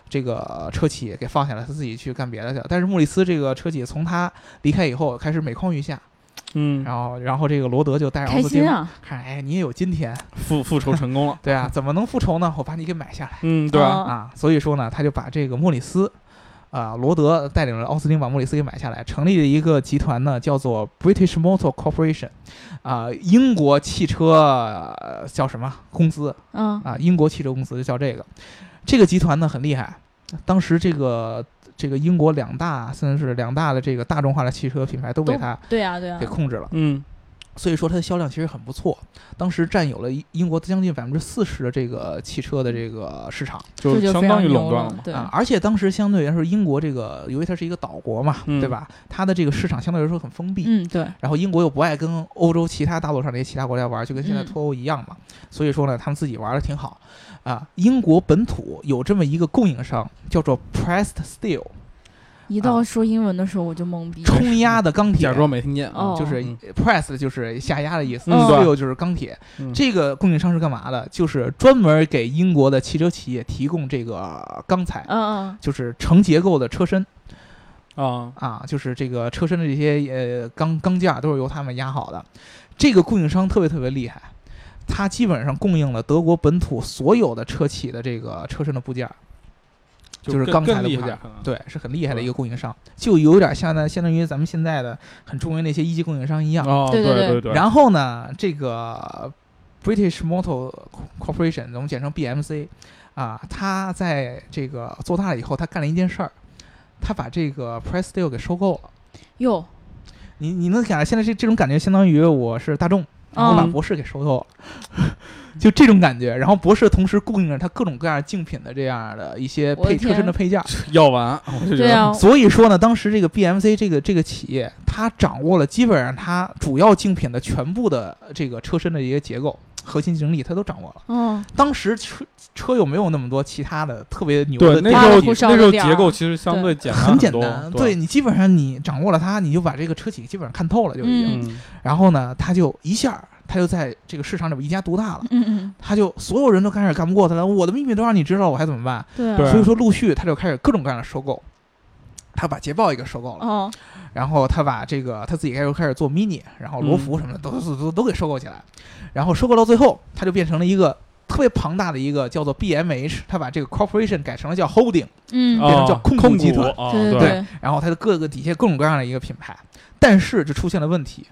[SPEAKER 2] 这个车企给放下了，他自己去干别的去了。但是莫里斯这个车企从他离开以后开始每况愈下，
[SPEAKER 3] 嗯，
[SPEAKER 2] 然后然后这个罗德就带着奥
[SPEAKER 1] 开
[SPEAKER 2] 斯汀
[SPEAKER 1] 心啊，
[SPEAKER 2] 看，哎，你也有今天，
[SPEAKER 3] 复复仇成功了。
[SPEAKER 2] 对啊，怎么能复仇呢？我把你给买下来
[SPEAKER 3] 嗯，对吧？
[SPEAKER 1] 嗯
[SPEAKER 2] 啊！所以说呢，他就把这个莫里斯，啊、罗德带领了奥斯汀把莫里斯给买下来，成立了一个集团呢，叫做 British Motor Corporation，啊、英国汽车、呃叫什么公司
[SPEAKER 1] 嗯
[SPEAKER 2] 啊、英国汽车公司就叫这个。这个集团呢很厉害，当时这个这个英国两大算是两大的这个大众化的汽车品牌都被
[SPEAKER 1] 都
[SPEAKER 2] 他
[SPEAKER 1] 对啊对啊
[SPEAKER 2] 给，控制了。
[SPEAKER 3] 嗯，
[SPEAKER 2] 所以说它的销量其实很不错，当时占有了英英国将近百分之四十的这个汽车的这个市场
[SPEAKER 3] 就
[SPEAKER 1] 这就
[SPEAKER 3] 相
[SPEAKER 1] 非
[SPEAKER 3] 当
[SPEAKER 1] 常
[SPEAKER 3] 于
[SPEAKER 1] 牛
[SPEAKER 3] 垄断
[SPEAKER 1] 了
[SPEAKER 3] 了嘛。
[SPEAKER 1] 对，
[SPEAKER 2] 啊，而且当时相对来说，英国这个由于它是一个岛国嘛，
[SPEAKER 3] 嗯
[SPEAKER 2] 对吧？它的这个市场相对来说很封闭，
[SPEAKER 1] 嗯对，
[SPEAKER 2] 然后英国又不爱跟欧洲其他大陆上这些其他国家玩，就跟现在
[SPEAKER 1] 嗯
[SPEAKER 2] 脱欧一样嘛，所以说呢，他们自己玩的挺好啊。英国本土有这么一个供应商叫做 Pressed Steel，
[SPEAKER 1] 一到说英文的时候我就懵逼，
[SPEAKER 2] 冲压的钢铁，
[SPEAKER 3] 假装没听见。
[SPEAKER 1] 哦
[SPEAKER 2] 啊就是
[SPEAKER 3] 嗯
[SPEAKER 2] press 就是下压的意思
[SPEAKER 3] 嗯对
[SPEAKER 2] ，steel 就是钢铁。
[SPEAKER 3] 嗯
[SPEAKER 2] 这个供应商是干嘛的？就是专门给英国的汽车企业提供这个钢材，
[SPEAKER 1] 嗯
[SPEAKER 2] 就是成结构的车身
[SPEAKER 3] 啊，
[SPEAKER 2] 啊，就是这个车身的这些呃钢钢架都是由他们压好的。这个供应商特别特别厉害，它基本上供应了德国本土所有的车企的这个车身的部件儿，就是
[SPEAKER 3] 更
[SPEAKER 2] 钢材
[SPEAKER 3] 更
[SPEAKER 2] 的
[SPEAKER 3] 厉
[SPEAKER 2] 部
[SPEAKER 3] 害嗯
[SPEAKER 2] 件
[SPEAKER 3] 可能，
[SPEAKER 2] 对，是很厉害的
[SPEAKER 3] 对
[SPEAKER 2] 一个供应商，就有点像呢，相当于咱们现在的很著名的那些一级供应商一样。
[SPEAKER 3] 哦，
[SPEAKER 1] 对对对
[SPEAKER 3] 对对，
[SPEAKER 2] 然后呢，这个 British Motor Corporation，我们简称 BMC，啊，他在这个做大了以后，他干了一件事儿，他把这个 Press Steel 给收购了。
[SPEAKER 1] 哟，
[SPEAKER 2] 你你能想象现在这这种感觉，相当于我是大众，然后把
[SPEAKER 1] 嗯
[SPEAKER 2] 博士给收购了， 就这种感觉。然后博士同时供应着他各种各样竞品的这样的一些
[SPEAKER 1] 我的
[SPEAKER 2] 配车身
[SPEAKER 1] 天
[SPEAKER 2] 的配件儿。
[SPEAKER 3] 药丸，我就觉
[SPEAKER 1] 对
[SPEAKER 3] 得
[SPEAKER 1] 啊，
[SPEAKER 2] 所以说呢，当时这个 BMC 这个这个企业，它掌握了基本上它主要竞品的全部的这个车身的一些结构、核心竞争力，它都掌握了。
[SPEAKER 1] 嗯，
[SPEAKER 2] 当时车车又没有那么多其他的特别牛
[SPEAKER 3] 对
[SPEAKER 2] 的地
[SPEAKER 3] 那时
[SPEAKER 1] 挖
[SPEAKER 3] 候
[SPEAKER 1] 了
[SPEAKER 2] 方
[SPEAKER 1] 个不
[SPEAKER 2] 技
[SPEAKER 1] 窟
[SPEAKER 2] 术，
[SPEAKER 1] 少
[SPEAKER 3] 那时候
[SPEAKER 1] 的点
[SPEAKER 3] 结
[SPEAKER 1] 儿
[SPEAKER 3] 构其实相对简单
[SPEAKER 2] 很简
[SPEAKER 3] 多
[SPEAKER 2] 单。，
[SPEAKER 3] 对，
[SPEAKER 2] 你基本上你掌握了它，你就把这个车企基本上看透了，就已经。
[SPEAKER 1] 嗯
[SPEAKER 2] 然后呢，它就一下儿，它就在这个市场里边一家独大了。
[SPEAKER 1] 嗯嗯，
[SPEAKER 2] 它就所有人都开始干不过它了，我的秘密都让你知道了，我还怎么办？
[SPEAKER 1] 对啊，
[SPEAKER 3] 对
[SPEAKER 2] 所以说，陆续它就开始各种各样的收购，它把捷豹也给收购了。
[SPEAKER 1] 哦，
[SPEAKER 2] 然后他把这个他自己开始开始做 mini，然后罗孚什么的都、都都都给收购起来，然后收购到最后，他就变成了一个特别庞大的一个叫做 BMH，他把这个 corporation 改成了叫 holding，
[SPEAKER 1] 嗯，
[SPEAKER 2] 变成叫
[SPEAKER 3] 哦
[SPEAKER 2] 控股
[SPEAKER 3] 控
[SPEAKER 2] 集团
[SPEAKER 3] 哦
[SPEAKER 1] 对
[SPEAKER 3] 对，
[SPEAKER 1] 对，
[SPEAKER 2] 然后他的各个底下各种各样的一个品牌，但是就出现了问题。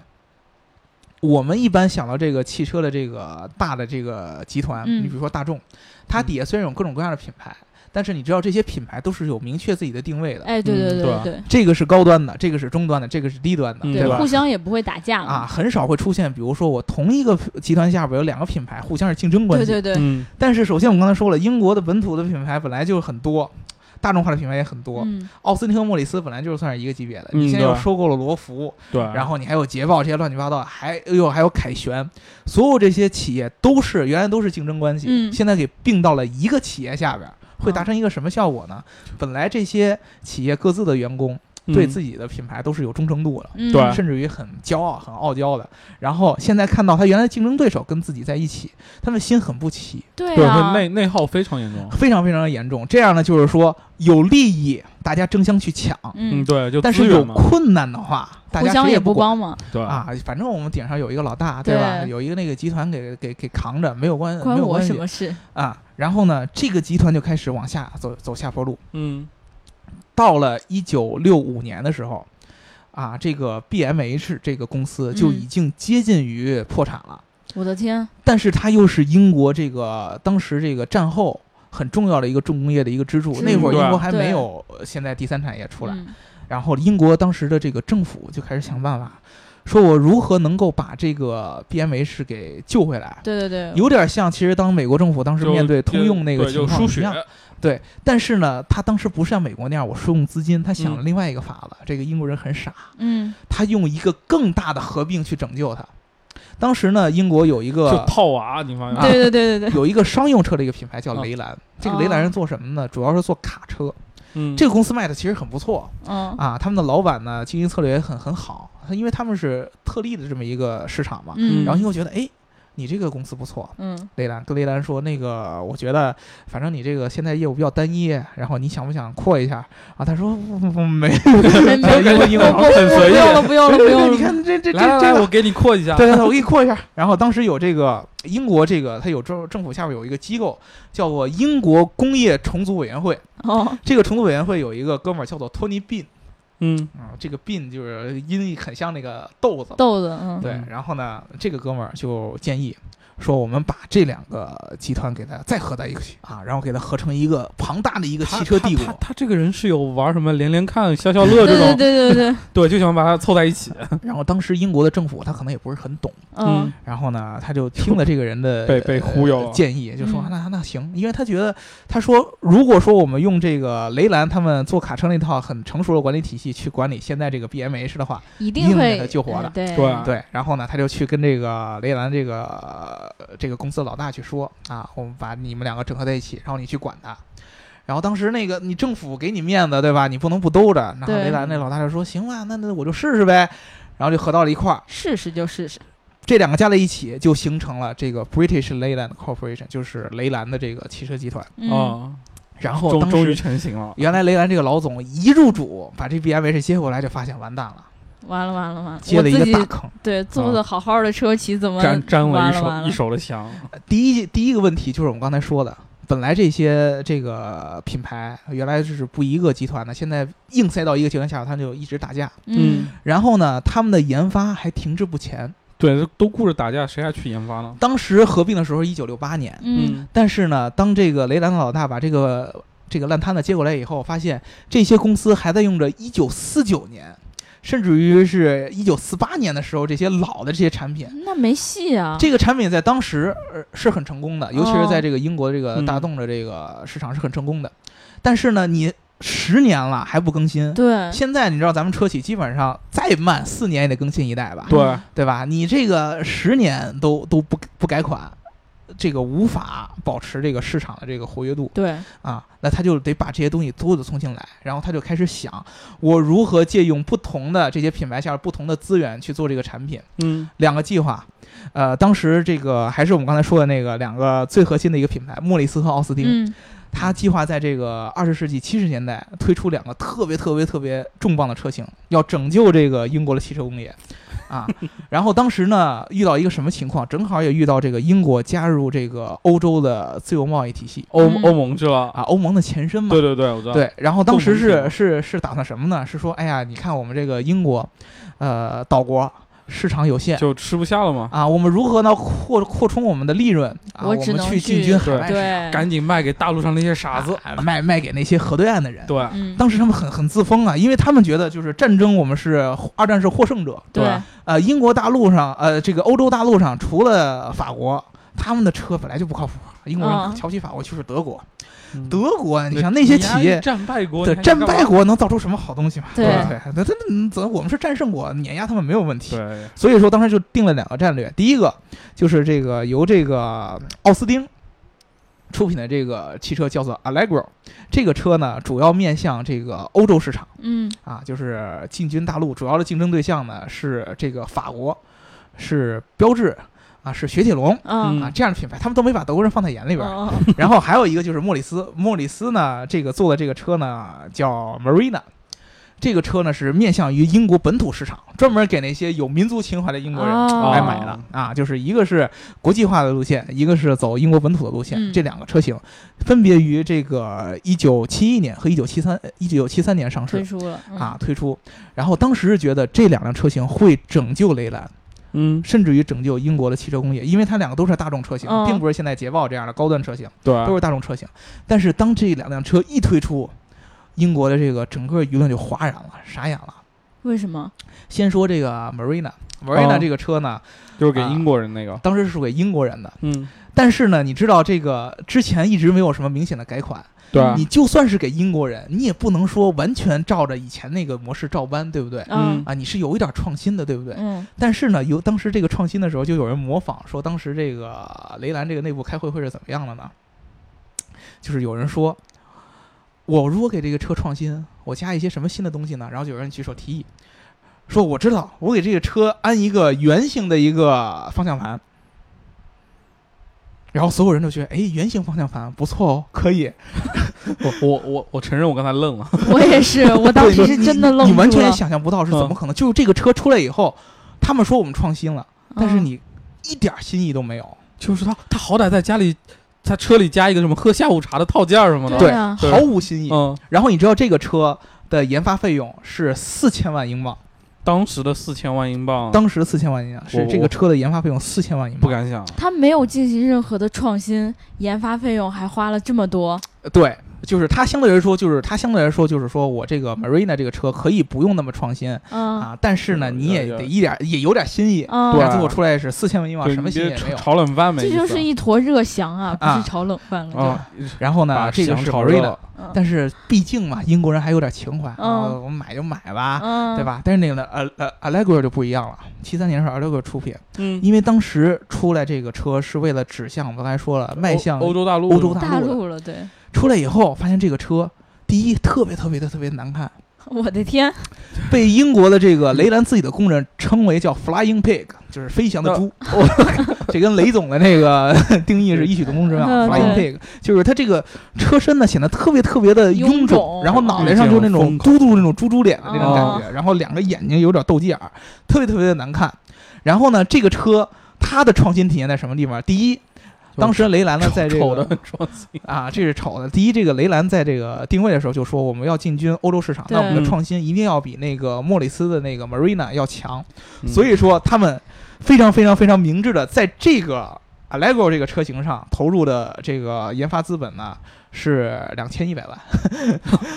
[SPEAKER 2] 我们一般想到这个汽车的这个大的这个集团，
[SPEAKER 1] 嗯
[SPEAKER 2] 你比如说大众，它底下虽然有各种各样的品牌，但是你知道这些品牌都是有明确自己的定位的，
[SPEAKER 1] 哎，对
[SPEAKER 3] 嗯
[SPEAKER 1] 对
[SPEAKER 3] 对啊
[SPEAKER 1] 对
[SPEAKER 2] 这个是高端的，这个是中端的，这个是低端的，
[SPEAKER 3] 嗯
[SPEAKER 2] 对吧
[SPEAKER 1] 互？相也不会打架嘛
[SPEAKER 2] 啊，，很少会出现，比如说我同一个集团下边有两个品牌互相是竞争关
[SPEAKER 1] 对
[SPEAKER 2] 系。
[SPEAKER 1] 对对，
[SPEAKER 3] 嗯，
[SPEAKER 2] 但是首先我们刚才说了，英国的本土的品牌本来就很多，大众化的品牌也很多。
[SPEAKER 1] 嗯，
[SPEAKER 2] 奥斯汀和莫里斯本来就是算是一个级别的，
[SPEAKER 3] 嗯
[SPEAKER 2] 你现在
[SPEAKER 3] 对啊
[SPEAKER 2] 又收购了罗孚，
[SPEAKER 3] 对，
[SPEAKER 2] 然后你还有捷豹这些乱七八糟，还又还有凯旋，所有这些企业都是原来都是竞争关系，
[SPEAKER 1] 嗯哦
[SPEAKER 2] 现在给并到了一个企业下边。会达成一个什么效果呢？本来这些企业各自的员工对自
[SPEAKER 3] 己
[SPEAKER 2] 己的品牌都是有忠诚度的，
[SPEAKER 1] 嗯
[SPEAKER 3] 对
[SPEAKER 2] 甚至于很骄傲、很傲娇的。然后现在看到他原来竞争对手跟自己在一起，他们心很不齐，
[SPEAKER 1] 对
[SPEAKER 3] 对
[SPEAKER 1] 啊
[SPEAKER 3] 会，内内耗非常严重，
[SPEAKER 2] 非常非常的严重。这样呢，就是说有利益大家争相去抢，
[SPEAKER 1] 嗯
[SPEAKER 3] 嗯，，对，就
[SPEAKER 2] 但
[SPEAKER 3] 资
[SPEAKER 2] 是有
[SPEAKER 3] 源嘛，
[SPEAKER 2] 困难的话，大
[SPEAKER 1] 互
[SPEAKER 2] 家
[SPEAKER 1] 相
[SPEAKER 2] 谁
[SPEAKER 1] 也
[SPEAKER 2] 不
[SPEAKER 1] 不
[SPEAKER 2] 管。
[SPEAKER 1] 帮忙，
[SPEAKER 3] 对，
[SPEAKER 2] 啊，反正我们顶上有一个老大，
[SPEAKER 1] 对
[SPEAKER 2] 吧？有一个那个集团给给给扛着，没有关
[SPEAKER 1] 关
[SPEAKER 2] 嗯没有
[SPEAKER 1] 我
[SPEAKER 2] 关
[SPEAKER 1] 什
[SPEAKER 2] 系
[SPEAKER 1] 么事？
[SPEAKER 2] 啊。然后呢，这个集团就开始往下走走下坡路。
[SPEAKER 3] 嗯，
[SPEAKER 2] 到了一九六五年的时候，啊，这个 BMH 这个公司
[SPEAKER 1] 嗯
[SPEAKER 2] 就已经接近于破产了。
[SPEAKER 1] 我的天，
[SPEAKER 2] 但是它又是英国这个当时这个战后很重要的一个重工业的一个支柱。
[SPEAKER 1] 支
[SPEAKER 2] 那会儿
[SPEAKER 3] 柱
[SPEAKER 2] 英国还
[SPEAKER 1] 嗯对啊
[SPEAKER 2] 没有呃现在第三产业出来，
[SPEAKER 1] 嗯
[SPEAKER 2] 然后英国当时的这个政府就开始想办法，说我如何能够把这个 BMH 给救回来。
[SPEAKER 1] 对对对，
[SPEAKER 2] 有点像，其实当美国政府当时
[SPEAKER 3] 就
[SPEAKER 2] 面对
[SPEAKER 3] 就
[SPEAKER 2] 通用那个
[SPEAKER 3] 对
[SPEAKER 2] 情
[SPEAKER 3] 就
[SPEAKER 2] 况
[SPEAKER 3] 输
[SPEAKER 2] 一
[SPEAKER 3] 血
[SPEAKER 2] 样，，对。但是呢，他当时不是像美国那样我输用资金，他想了
[SPEAKER 3] 嗯
[SPEAKER 2] 另外一个法子。这个英国人很傻，
[SPEAKER 1] 嗯，
[SPEAKER 2] 他用一个更大的合并去拯救他。当时呢，英国有一个
[SPEAKER 3] 就套娃，你
[SPEAKER 2] 啊
[SPEAKER 3] 发
[SPEAKER 1] 对
[SPEAKER 3] 现
[SPEAKER 1] 对对对对，
[SPEAKER 2] 有一个商用车的一个品牌叫雷兰，这个雷兰
[SPEAKER 1] 哦
[SPEAKER 2] 人做什么呢？主要是做卡车。
[SPEAKER 3] 嗯，
[SPEAKER 2] 这个公司卖的其实很不错
[SPEAKER 1] 嗯
[SPEAKER 2] 啊，他们的老板呢经营策略也很很好，因为他们是特例的这么一个市场嘛。
[SPEAKER 1] 嗯，
[SPEAKER 2] 然后又觉得，哎，你这个公司不错，
[SPEAKER 1] 嗯
[SPEAKER 2] 雷兰跟雷兰说，那个我觉得反正你这个现在业务比较单一，然后你想不想扩一下啊？他说不不不没，
[SPEAKER 1] 没没
[SPEAKER 2] 英国英国
[SPEAKER 1] 不不
[SPEAKER 3] 很随
[SPEAKER 1] 不
[SPEAKER 3] 意
[SPEAKER 1] 用了不用了不用了，
[SPEAKER 2] 你看这这这
[SPEAKER 3] 来来
[SPEAKER 2] 这
[SPEAKER 3] 来，
[SPEAKER 2] 个
[SPEAKER 3] 我给你扩一下，
[SPEAKER 2] 对对对，我给你扩一下。 然后当时有这个英国这个，它有政政府下面有一个机构叫做英国工业重组委员会。
[SPEAKER 1] 哦，
[SPEAKER 2] 这个重组委员会有一个哥们儿叫做托尼·宾
[SPEAKER 3] 嗯，
[SPEAKER 2] 啊，这个宾就是音译很像那个豆子嘛。
[SPEAKER 1] 豆子，嗯，
[SPEAKER 2] 对
[SPEAKER 3] 嗯，
[SPEAKER 2] 然后呢，这个哥们儿就建议说，我们把这两个集团给它再合在一起啊，然后给它合成一个庞大的一个
[SPEAKER 3] 他
[SPEAKER 2] 汽车帝
[SPEAKER 3] 他
[SPEAKER 2] 国
[SPEAKER 3] 他。他这个人是有玩什么连连看、消消乐
[SPEAKER 1] 对对
[SPEAKER 3] 这种，
[SPEAKER 1] 对对对，
[SPEAKER 3] 对，就想把它凑在一起，
[SPEAKER 2] 然后当时英国的政府他可能也不是很懂。
[SPEAKER 1] 嗯，
[SPEAKER 2] 然后呢，他就听了这个人的
[SPEAKER 3] 被被忽悠了
[SPEAKER 2] 呃建议，就说
[SPEAKER 1] 嗯
[SPEAKER 2] 那那行，因为他觉得他说，如果说我们用这个雷兰他们做卡车那套很成熟的管理体系去管理现在这个 BMH 的话，
[SPEAKER 1] 一
[SPEAKER 2] 一
[SPEAKER 1] 定
[SPEAKER 2] 定
[SPEAKER 1] 会
[SPEAKER 2] 给他救活的
[SPEAKER 1] 哎对
[SPEAKER 3] 对啊
[SPEAKER 2] 对，然后呢，他就去跟这个雷兰这个、呃这个公司老大去说啊，我们把你们两个整合在一起，然后你去管他。然后当时那个你政府给你面子对吧？你不能不兜着。然后
[SPEAKER 1] 对
[SPEAKER 2] 雷兰那老大就说行吧，那那我就试试呗。然后就合到了一块儿，
[SPEAKER 1] 试试就试试，
[SPEAKER 2] 这两个加在一起就形成了这个 British Leyland Corporation，就是雷兰的这个汽车集团。
[SPEAKER 1] 嗯，
[SPEAKER 3] 啊，
[SPEAKER 2] 然后
[SPEAKER 3] 终
[SPEAKER 2] 当
[SPEAKER 3] 终于
[SPEAKER 2] 时
[SPEAKER 3] 成型了，
[SPEAKER 2] 原来雷兰这个老总一入主，把这 BMH 接回来，就发现完蛋了。
[SPEAKER 1] 完了完了完了，
[SPEAKER 2] 接
[SPEAKER 1] 我
[SPEAKER 2] 了一
[SPEAKER 1] 自
[SPEAKER 2] 个
[SPEAKER 1] 己
[SPEAKER 2] 大坑。
[SPEAKER 1] 对坐的好好的车骑怎么
[SPEAKER 3] 沾沾
[SPEAKER 1] 完
[SPEAKER 3] 了一
[SPEAKER 1] 了完
[SPEAKER 3] 手
[SPEAKER 1] 了
[SPEAKER 3] 一手的香，
[SPEAKER 2] 第一第一个问题就是我们刚才说的，本来这些这个品牌原来就是不一个集团的，现在硬塞到一个集团下，他就一直打架。
[SPEAKER 1] 嗯
[SPEAKER 2] 然后呢，他们的研发还停滞不前。
[SPEAKER 3] 对，都顾着打架，谁还去研发呢？
[SPEAKER 2] 当时合并的时候，一九六八年，
[SPEAKER 1] 嗯，
[SPEAKER 2] 但是呢，当这个雷兰老大把这个这个烂摊子接过来以后，发现这些公司还在用着1949年，甚至于是1948年的时候这些老的这些产品。
[SPEAKER 1] 那没戏啊。
[SPEAKER 2] 嗯这个产品在当时呃是很成功的，尤其是在这个英国这个
[SPEAKER 3] 嗯
[SPEAKER 2] 大众的这个市场是很成功的。但是呢，你十年了还不更新，
[SPEAKER 1] 对，
[SPEAKER 2] 现在你知道咱们车企基本上再慢四年也得更新一代吧？
[SPEAKER 3] 对
[SPEAKER 2] 对吧？你这个十年都都不不改款，这个无法保持这个市场的这个活跃度
[SPEAKER 1] 对，
[SPEAKER 2] 啊，那他就得把这些东西都得重新来，然后他就开始想，我如何借用不同的这些品牌下不同的资源去做这个产品。
[SPEAKER 3] 嗯
[SPEAKER 2] 两个计划，呃，当时这个还是我们刚才说的那个两个最核心的一个品牌，莫里斯和奥斯汀，
[SPEAKER 1] 嗯
[SPEAKER 2] 他计划在这个二十世纪七十年代推出两个特别特别特别重磅的车型，要拯救这个英国的汽车工业啊。然后当时呢，遇到一个什么情况，正好也遇到这个英国加入这个欧洲的自由贸易体系
[SPEAKER 3] 欧
[SPEAKER 1] 嗯
[SPEAKER 3] 欧盟去了，
[SPEAKER 2] 啊，欧盟的前身嘛
[SPEAKER 3] 对。对对，我知道，
[SPEAKER 2] 对，然后当时
[SPEAKER 3] 共
[SPEAKER 2] 是
[SPEAKER 3] 同
[SPEAKER 2] 是是打算什么呢？是说，哎呀，你看我们这个英国，呃，岛国市场有限，
[SPEAKER 3] 就吃不下了嘛，
[SPEAKER 2] 啊，我们如何呢扩扩充我们的利润啊？
[SPEAKER 1] 我
[SPEAKER 2] 我
[SPEAKER 1] 只
[SPEAKER 2] 们
[SPEAKER 1] 能
[SPEAKER 2] 去进
[SPEAKER 1] 去
[SPEAKER 2] 军海外市场，
[SPEAKER 1] 对，
[SPEAKER 3] 赶紧卖给大陆上那些傻子，
[SPEAKER 2] 啊卖卖给那些河对岸的人。
[SPEAKER 3] 哎对
[SPEAKER 1] 嗯
[SPEAKER 2] 当时他们很很自封啊，因为他们觉得就是战争，我们是二战是获胜者。
[SPEAKER 1] 对，
[SPEAKER 2] 呃，英国大陆上，呃，这个欧洲大陆上，除了法国，他们的车本来就不靠谱。啊英国
[SPEAKER 1] 嗯
[SPEAKER 2] 人瞧不起法国，就是德国。
[SPEAKER 3] 嗯
[SPEAKER 2] 德国，你像那些企
[SPEAKER 3] 你还
[SPEAKER 2] 业
[SPEAKER 3] 是，战败国，
[SPEAKER 2] 对
[SPEAKER 3] 你还
[SPEAKER 2] 战
[SPEAKER 3] 干嘛
[SPEAKER 2] 败，国能造出什么好东西嘛？
[SPEAKER 1] 对
[SPEAKER 2] 对，那他们怎么我们是战胜国，碾压他们没有问题。
[SPEAKER 3] 对，
[SPEAKER 2] 所以说当时就定了两个战略，第一个就是这个由这个奥斯汀出品的这个汽车叫做 Allegro，这个车呢主要面向这个欧洲市场
[SPEAKER 1] 嗯
[SPEAKER 2] 啊，就是进军大陆，主要的竞争对象呢是这个法国，是标致啊，是雪铁龙。
[SPEAKER 1] 嗯
[SPEAKER 3] 嗯
[SPEAKER 2] 啊，这样的品牌，他们都没把德国人放在眼里边儿。
[SPEAKER 1] 哦
[SPEAKER 2] 然后还有一个就是莫里斯，莫里斯呢，这个做的这个车呢叫 Marina，这个车呢是面向于英国本土市场，专门给那些有民族情怀的英国人
[SPEAKER 1] 哦
[SPEAKER 2] 来买的、啊。就是一个是国际化的路线，一个是走英国本土的路线，
[SPEAKER 1] 嗯
[SPEAKER 2] 这两个车型分别于这个一九七一年和一九七三一九七三年上
[SPEAKER 1] 退
[SPEAKER 2] 市
[SPEAKER 1] 出了嗯
[SPEAKER 2] 啊推出。然后当时是觉得这两辆车型会拯救雷兰，
[SPEAKER 3] 嗯
[SPEAKER 2] 甚至于拯救英国的汽车工业，因为它两个都是大众车型，
[SPEAKER 1] 嗯
[SPEAKER 2] 并不是现在捷豹这样的高端车型。
[SPEAKER 3] 对，
[SPEAKER 2] 都是大众车型。但是当这两辆车一推出，英国的这个整个舆论就哗然了，傻眼了。
[SPEAKER 1] 为什么？
[SPEAKER 2] 先说这个 Marina，Marina
[SPEAKER 3] 哦
[SPEAKER 2] 这个车呢，
[SPEAKER 3] 就是
[SPEAKER 2] 啊
[SPEAKER 3] 给英国人那个，
[SPEAKER 2] 当时是给英国人的，
[SPEAKER 3] 嗯，
[SPEAKER 2] 但是呢，你知道这个之前一直没有什么明显的改款，
[SPEAKER 3] 对，啊
[SPEAKER 2] 你就算是给英国人，你也不能说完全照着以前那个模式照搬，对不对？
[SPEAKER 1] 嗯
[SPEAKER 2] 啊，你是有一点创新的，对不对？
[SPEAKER 1] 嗯
[SPEAKER 2] 但是呢，由当时这个创新的时候，就有人模仿说，当时这个呃雷兰这个内部开会会是怎么样的呢？就是有人说，我如果给这个车创新，我加一些什么新的东西呢？然后就有人举手提议，说我知道，我给这个车安一个圆形的一个方向盘。然后所有人都觉得，哎，圆形方向盘不错哦，可以。
[SPEAKER 3] 我我我我承认我刚才 愣了，
[SPEAKER 1] 我也是，我当时
[SPEAKER 2] 对
[SPEAKER 1] 是
[SPEAKER 2] 你
[SPEAKER 1] 真的
[SPEAKER 2] 你
[SPEAKER 1] 愣
[SPEAKER 2] 你完
[SPEAKER 1] 住
[SPEAKER 2] 全
[SPEAKER 1] 了嗯
[SPEAKER 2] 也想象不到是怎么可能。就是这个车出来以后，他们说我们创新了，但是
[SPEAKER 1] 嗯
[SPEAKER 2] 你一点儿新意都没有。
[SPEAKER 3] 就是他他好歹在家里，他车里加一个什么喝下午茶的套件儿什么的，
[SPEAKER 1] 对
[SPEAKER 2] 对
[SPEAKER 1] 啊，
[SPEAKER 3] 对
[SPEAKER 2] 毫无新意。
[SPEAKER 3] 嗯，
[SPEAKER 2] 然后你知道这个车的研发费用是四千万英镑，
[SPEAKER 3] 当时的四千万英镑，
[SPEAKER 2] 当时四千万英镑是
[SPEAKER 3] 嗯我
[SPEAKER 2] 这个车的研发费用四千万英
[SPEAKER 3] 不
[SPEAKER 2] 镑。
[SPEAKER 3] 敢想，
[SPEAKER 1] 他没有进行任何的创新，研发费用还花了这么多，
[SPEAKER 2] 呃对，就是它相对来说，就是它相对来说，就是说我这个 Marina 这个车可以不用那么创新
[SPEAKER 1] 嗯
[SPEAKER 2] 啊，但是呢，
[SPEAKER 3] 有
[SPEAKER 2] 你也
[SPEAKER 3] 有
[SPEAKER 2] 得一点也有点新意。
[SPEAKER 3] 对
[SPEAKER 2] 但
[SPEAKER 1] 嗯，
[SPEAKER 2] 最后出来是四千万英镑，
[SPEAKER 3] 对
[SPEAKER 2] 啊什么
[SPEAKER 3] 你
[SPEAKER 2] 新意
[SPEAKER 3] 别
[SPEAKER 2] 也没
[SPEAKER 3] 炒
[SPEAKER 2] 有。
[SPEAKER 3] 炒冷饭没
[SPEAKER 1] 这
[SPEAKER 3] 意思，
[SPEAKER 1] 就是一坨热翔啊，不
[SPEAKER 2] 啊
[SPEAKER 1] 是炒冷饭了，
[SPEAKER 3] 啊，
[SPEAKER 2] 然后呢，
[SPEAKER 3] 把
[SPEAKER 2] 这个
[SPEAKER 3] 翔
[SPEAKER 2] 是
[SPEAKER 3] 炒热
[SPEAKER 2] Marina，
[SPEAKER 3] 了，
[SPEAKER 1] 嗯
[SPEAKER 2] 但是毕竟嘛，英国人还有点情怀，
[SPEAKER 1] 嗯
[SPEAKER 2] 啊我们买就买吧，
[SPEAKER 1] 嗯，
[SPEAKER 2] 啊对？吧？但是那个呃呃 Allegro 就不一样了，七三年是 Allegro 出品，
[SPEAKER 3] 嗯，
[SPEAKER 2] 因为当时出来这个车是为了指向我们刚才说了，迈向
[SPEAKER 3] 欧欧洲大陆，
[SPEAKER 2] 欧洲
[SPEAKER 1] 大
[SPEAKER 2] 陆的。
[SPEAKER 1] 陆了，对，
[SPEAKER 2] 出来以后，发现这个车第一特别特别的特别难看，
[SPEAKER 1] 我的天，
[SPEAKER 2] 被英国的这个雷兰自己的工人称为叫 “flying pig”，就是飞翔的猪。 这跟雷总的那个 定义是异曲同工之妙。
[SPEAKER 1] 嗯
[SPEAKER 2] flying
[SPEAKER 1] 对
[SPEAKER 2] pig 就是它这个车身呢显得特别特别的
[SPEAKER 1] 臃肿
[SPEAKER 2] 臃肿，然后脑袋上就那种
[SPEAKER 3] 嗯这
[SPEAKER 2] 嘟嘟那种猪猪脸的那种
[SPEAKER 3] 哦
[SPEAKER 2] 感觉，然后两个眼睛有点斗鸡眼儿，特别特别的难看。然后呢，这个车它的创新体现在什么地方？第一，当时雷兰呢在这
[SPEAKER 3] 丑的
[SPEAKER 2] 个
[SPEAKER 3] 很创新，
[SPEAKER 2] 啊，这是丑的。第一，这个雷兰在这个定位的时候就说我们要进军欧洲市场，那我们的
[SPEAKER 3] 对
[SPEAKER 2] 创新一定要比那个莫里斯的那个 Marina 要强。
[SPEAKER 3] 嗯
[SPEAKER 2] 所以说他们非常非常非常明智的在这个 Allegro 这个车型上投入的这个研发资本呢是两千一百万，